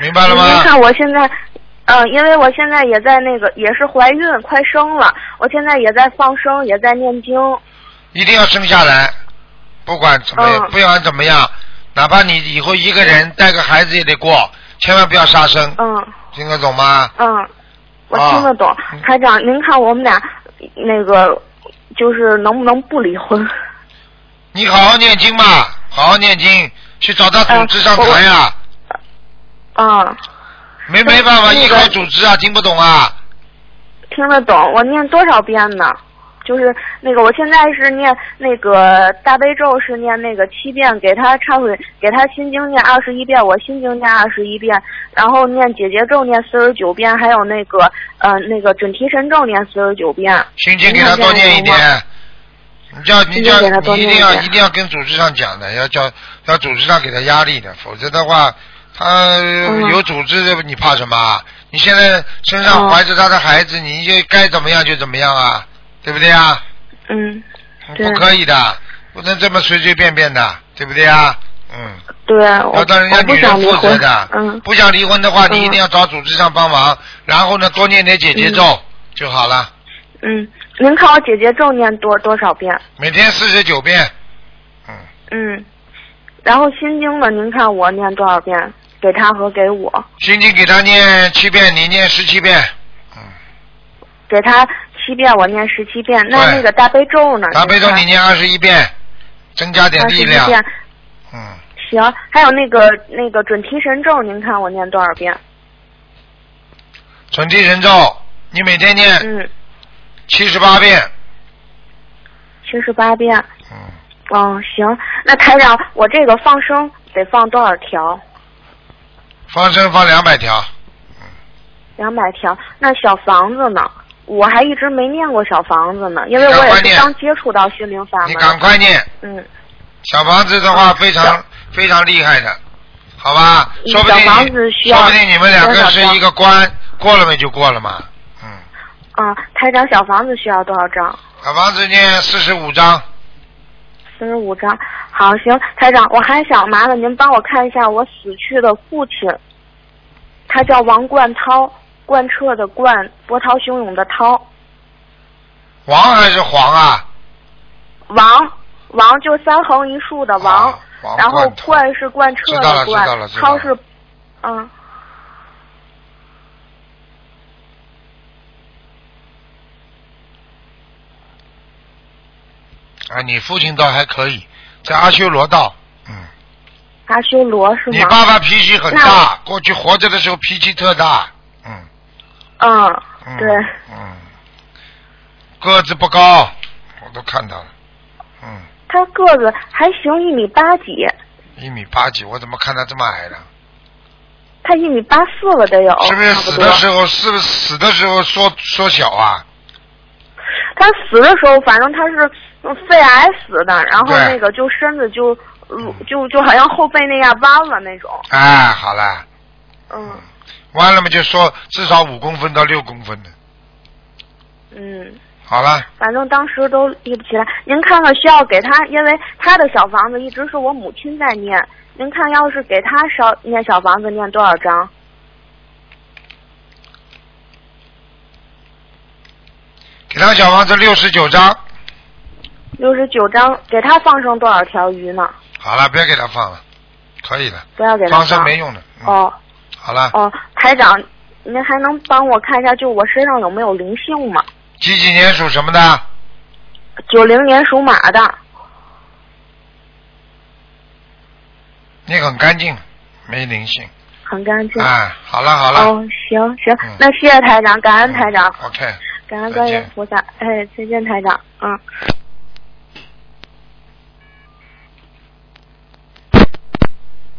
明白了吗？
您看我现在，嗯、因为我现在也在那个也是怀孕，快生了，我现在也在放生，也在念经。
一定要生下来，不管怎么，
嗯
不管怎么样，哪怕你以后一个人带个孩子也得过，千万不要杀生，
嗯
听得懂吗？
嗯，我
啊
听得懂。台长，您看我们俩那个就是能不能不离婚？
你好好念经嘛，好好念经，去找他组
哎
织上谈呀、
啊、
没没办法，
那个
依靠组织啊，听不懂啊，
听得懂。我念多少遍呢？就是那个，我现在是念那个大悲咒，是念那个七遍，给他忏悔，给他心经念二十一遍，我心经念二十一遍，然后念姐姐咒念四十九遍，还有那个呃那个准提神咒念四十九遍。
心经给他多念一
您看这样
点。你叫你
心经
叫
给他多
你一
念
定
一
要
点
一定要跟组织上讲的，要叫要组织上给他压力的，否则的话，他有组织的你怕什么啊？你现在身上
嗯
怀着他的孩子，你就该怎么样就怎么样啊，对不对啊？
嗯，对
不可以的，不能这么随随便便的，对不对啊？嗯，
对，我
要当人家
我不
女
想
人
离
负责
婚。
的。
嗯，
不想离婚的话，你
嗯
一定要找组织上帮忙，然后呢，多念点姐姐咒就好了，
嗯，您看我姐姐咒念多多少遍？
每天四十九遍。
嗯，然后心经呢？您看我念多少遍？给他和给我。
心经给他念七遍，你念十七遍。
啊给他七遍，我念十七遍。那
对
那个大悲咒呢？
大悲咒你念二十
一
一遍，增加点力量。
遍。
嗯，
行，还有那个那个准提神咒，您看我念多少遍？
准提神咒，你每天念
嗯，
七十八遍。
七十八遍。嗯。哦，行，那台长，我这个放生得放多少条？
放生放两百条，
两百条。那小房子呢？我还一直没念过小房子呢，因为
你赶
我也
快
是
念
刚接触到心灵法门。
你赶快念。
嗯，
小房子的话非常非常厉害的，好吧？
啊嗯
说不定
小房
你
子需要
说不定你们两
多
个
少
是
张
一个关，过了没就过了嘛。
啊、台长，小房子需要多少张？
小房子念四十五章，
四十五张，好，行，台长，我还想麻烦您帮我看一下我死去的父亲，他叫王冠涛，贯彻的贯，波涛汹涌的涛，
王还是黄啊？
王，王就三横一竖的王，
王
然后
冠涛
贯是贯彻
知道
的
了知道了
贯，
知道
涛
了
是，嗯，
啊，你父亲倒还可以，在阿修罗道。
阿修罗是吗？
你爸爸脾气很
那我
大，过去活着的时候脾气特大，
嗯，
嗯
对，
嗯，个子不高，我都看到了，嗯，
他个子还行，一米八几，
一米八几，我怎么看他这么矮呢？
他一米八四了得有，
是不是
差
死
多
的时候是不是死的时候缩缩小啊？
他死的时候，反正他是嗯肺癌死的，然后
对
那个就身子就呃就就好像后背那样弯了那种。
哎，好了，
嗯
弯了嘛就说至少五公分到六公分的，
嗯，
好了，
反正当时都立不起来。您看看需要给他，因为他的小房子一直是我母亲在念。您看，要是给他烧念小房子念多少张？
给他小房子六十九张，
六十九张，给他放生多少条鱼呢？
好了，不要给他放了，可以了，
不要给他
放生没用的，
哦
嗯好了，
哦，台长，您还能帮我看一下，就我身上有没有灵性吗？
几几年属什么的？
九零年属马的。
你很干净，没灵性。
很干净。
哎，好了好了、
哦，行行，那谢谢台长，感恩台长，
o k
感恩观音
再见
菩萨，哎，再见台长，嗯。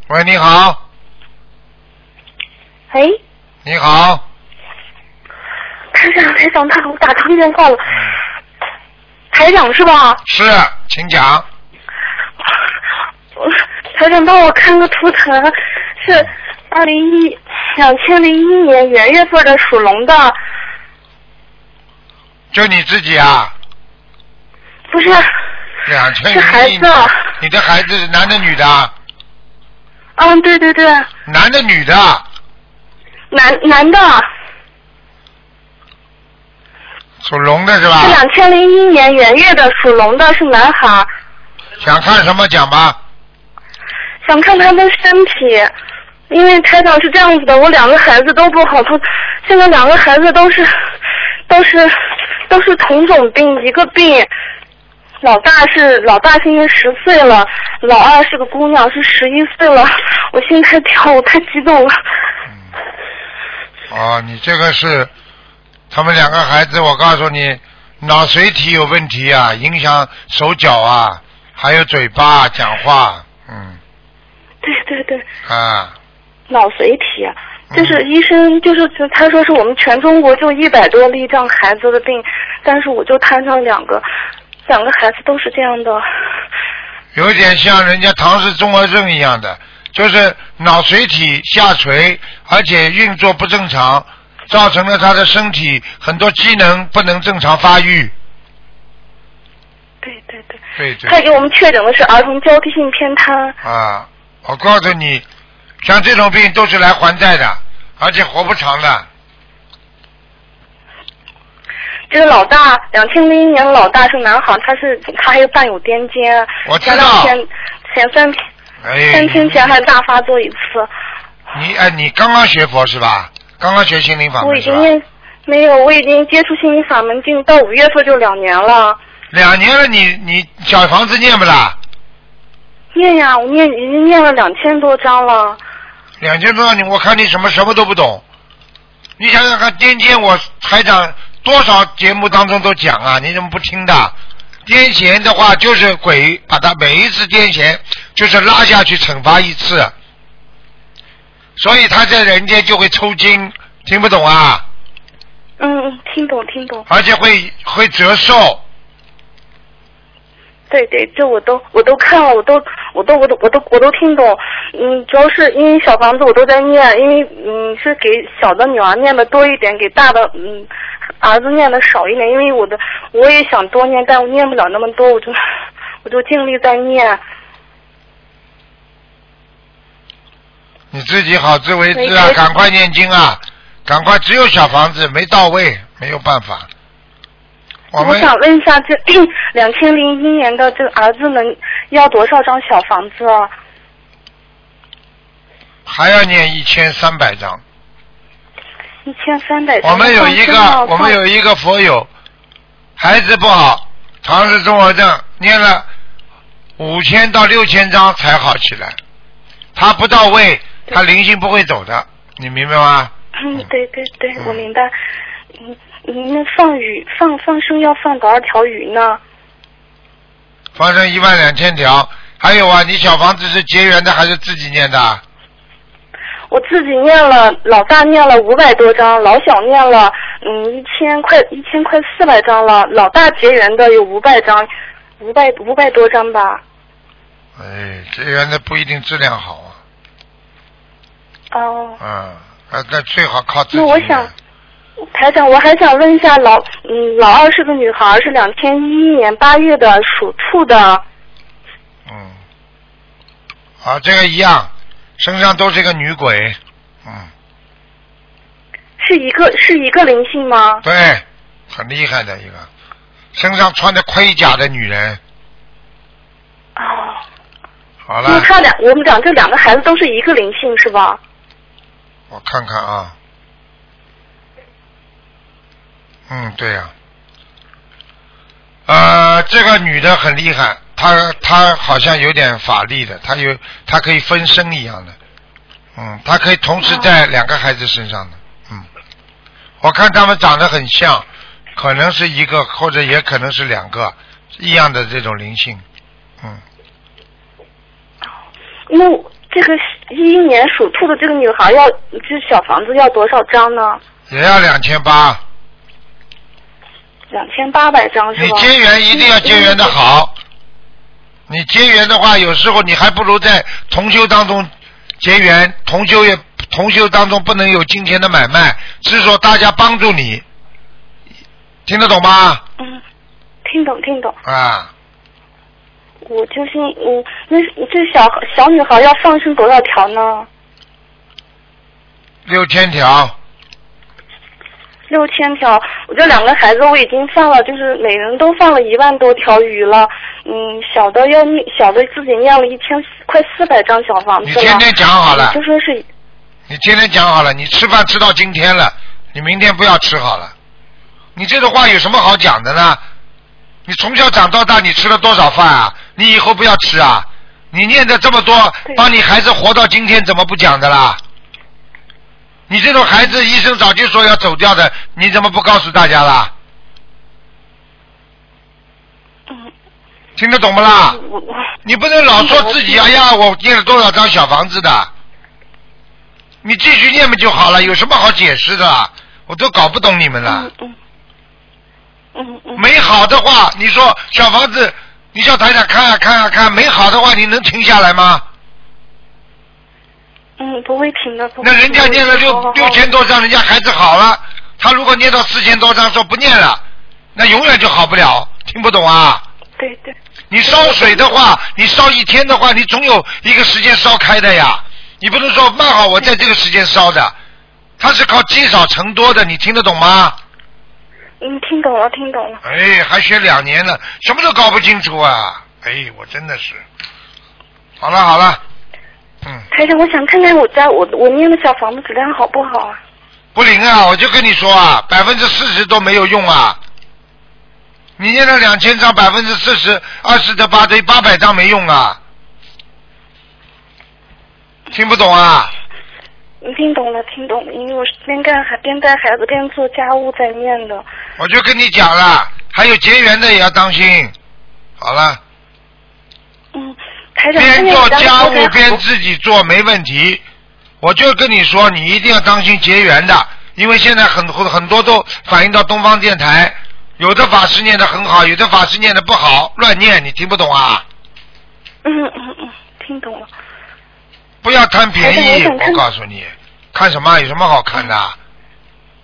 喂，你好，
哎，
你好，
台长，台长，太好，我打通电话了。台长是吧？
嗯是，啊请讲。
台长帮我看个图腾，是
嗯
二零一两千零一年元月份的属龙的，
就你自己啊？
不是
两千
是孩
一
子啊。
你的孩子是男的女的啊？
嗯，对对对，
男的女的啊？
男男的，
属龙的是吧
是？两千零一年元月的属龙的，是男孩，
想看什么讲吧？
想看他的身体，因为台长是这样子的，我两个孩子都不好，他现在两个孩子都是都是都是同种病，一个病。老大是老大，现在十岁了，老二是个姑娘，是十一岁了。我心太跳，我太激动了。
哦，你这个是他们两个孩子，我告诉你，脑髓体有问题啊，影响手脚啊，还有嘴巴、讲话，嗯
对对对，
啊，
脑髓体，啊就是医生就是就他说是我们全中国就一百多例这样孩子的病，但是我就摊上两个，两个孩子都是这样的。
有点像人家唐氏综合症一样的，就是脑髓体下垂，而且运作不正常，造成了他的身体很多机能不能正常发育。对对对。对对。
他给我们确诊的是儿童交替性偏瘫，
啊，我告诉你，像这种病都是来还债的，而且活不长的。
这个老大两千零一年老大是男孩，他是他还有伴有癫痫，啊
我知道
前两天前三天
哎
三，天前还大发作一次，
你哎，你刚刚学佛是吧？刚刚学心灵法
我
门
已
是
经
吧？
念没有，我已经接触心理法门进到五月份就两年了。
两年了你，你小房子念不啦？
念呀，我念已经念了两千多章了。
两千多你，我看你什么什么都不懂。你想想看，癫痫我台长多少节目当中都讲啊，你怎么不听的？癫痫的话就是鬼把他每一次癫痫就是拉下去惩罚一次，所以他在人间就会抽筋，听不懂啊？
嗯，嗯，听懂听懂。
而且会会折寿。
对对，这我都我都看了，我都我都我都我都我都听懂。嗯，主要是因为小房子我都在念，因为嗯是给小的女儿念的多一点，给大的嗯儿子念的少一点，因为我的我也想多念，但我念不了那么多，我就我就尽力在念。
你自己好自为之啊
没，错
赶快念经啊，赶快！只有小房子没到位，没有办法。我
我
们
想问一下，这 两千零一年的这个儿子能要多少张小房子啊？
还要念一千三百章。
一千三百。
我们有一
真的
个，我们有一个佛友，孩子不好，唐氏综合症，念了五千到六千章才好起来。他不到位，他灵性不会走的，你明白吗？
嗯，对对对，我明白。嗯，嗯那放鱼放放生要放多少条鱼呢？
放生一万两千条，还有啊，你小房子是结缘的还是自己念的啊？
我自己念了，老大念了五百多张，老小念了嗯一千快一千快四百张了，老大结缘的有五百张，五百五百多张吧。
哎，结缘的不一定质量好啊，
哦，
嗯，啊，那最好靠自己
那
念。
我想，台长，我还想问一下老嗯老二是个女孩，是两千一一年八月的，属兔的。
嗯，啊，这个一样，身上都是一个女鬼，嗯，
是一个是一个灵性吗？
对，哎很厉害的一个，身上穿着盔甲的女人。
哦。
好
那
了，
他俩，我们讲这两个孩子都是一个灵性是吧？
我看看啊。啊嗯，对呀、呃，这个女的很厉害，他他好像有点法力的，他有他可以分身一样的，嗯，他可以同时在两个孩子身上的，嗯，我看他们长得很像，可能是一个或者也可能是两个一样的这种灵性，嗯，
那我这个一一年属兔的这个女孩要这小房子要多少张呢？
也要两千八，
两千八百张是
你
吧？
结缘一定要结缘的好，你结缘的话，有时候你还不如在同修当中结缘，同修也同修当中不能有金钱的买卖，是说大家帮助你，听得懂吗？
听懂听懂，
啊，
我就是我那这小小女孩要放生多少条呢？
六千条，
六千条，我这两个孩子我已经放了，就是每人都放了一万多条鱼了。嗯，小的要念，小的自己念了一千快四百张小房子了。嗯
你天天讲好了
就说是
你今天讲好了，你吃饭吃到今天了，你明天不要吃好了。你这种话有什么好讲的呢？你从小长到大，你吃了多少饭啊？你以后不要吃啊！你念的这么多，帮你孩子活到今天，怎么不讲的啦？你这种孩子，医生早就说要走掉的，你怎么不告诉大家啦？听得懂不
嗯
啦？你不能老说自己哎呀，我念了多少张小房子的，你继续念不就好了？有什么好解释的啊？我都搞不懂你们了。
嗯嗯。
没好的话，你说小房子，你叫台长看啊看啊看，没好的话，你能停下来吗？
嗯，不会停的。不会
那
停的
人家念了
好好
六
好
六千多张，人家孩子好了，他如果念到四千多张，说不念了，那永远就好不了。听不懂啊？
对对。
你烧水的话，你烧一天的话，你总有一个时间烧开的呀。你不能说慢好，我在这个时间烧的，它是靠积少成多的，你听得懂吗？
嗯，听懂了，听懂了。
哎，还学两年了，什么都搞不清楚啊！哎，我真的是，好了好了，
台长，我想看看我家我我念的小房子质量好不好啊？
不灵啊！我就跟你说啊，百分之四十都没有用啊！你念了两千张，百分之四十，二十的八对八百张没用啊！听不懂啊？
嗯听懂了，听懂了，因为我是边干还边带孩子边做家务在念的。
我就跟你讲了，还有结缘的也要当心。好了，
嗯台长，
边做家务边
治。
自己做没问题。我就跟你说，你一定要当心结缘的，因为现在很很多都反映到东方电台，有的法师念的很好，有的法师念的不好，乱念，你听不懂啊？
嗯嗯嗯，听懂了。
不要贪便宜，
台长我想
我
看
告诉你，看什么？有什么好看的？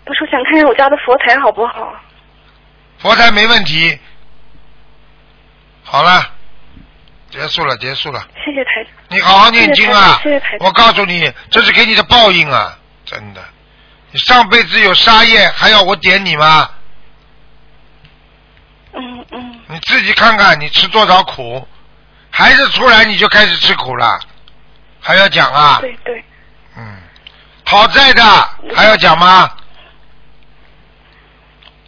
不是，我想看看我家的佛台好不好？啊
佛台没问题。好了，结束了，结束了。
谢谢台长。
你好好念经啊
谢谢台！长
我告诉你，这是给你的报应啊！真的，你上辈子有杀业，还要我点你吗？
嗯嗯，
你自己看看，你吃多少苦，孩子出来你就开始吃苦了，还要讲啊？
对嗯对，
讨债的还要讲吗？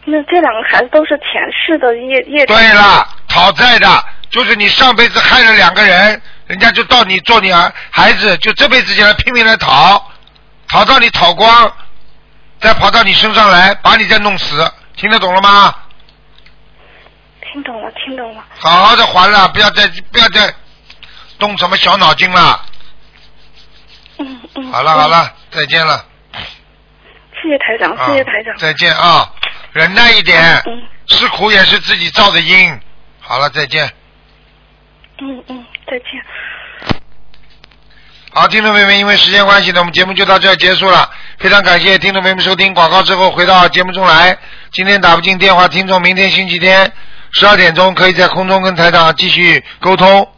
那这两个孩子都是前世的业业障。
对了，讨债的，就是你上辈子害了两个人，人家就到你做你儿孩子，就这辈子就来拼命来讨，讨到你讨光，再跑到你身上来，把你再弄死，听得懂了吗？
听懂了，听懂了。
好好的还了，不要再不要再动什么小脑筋了。
嗯嗯。
好了好了，再见了。
谢谢台长，谢谢台长
啊。再见啊，忍耐一点，吃苦也是自己造的因。好了，再见。
嗯嗯，再见。
好，听众朋友们，因为时间关系呢，我们节目就到这儿结束了。非常感谢听众朋友们收听广告之后回到节目中来。今天打不进电话，听众明天星期天十二点钟可以在空中跟台长继续沟通。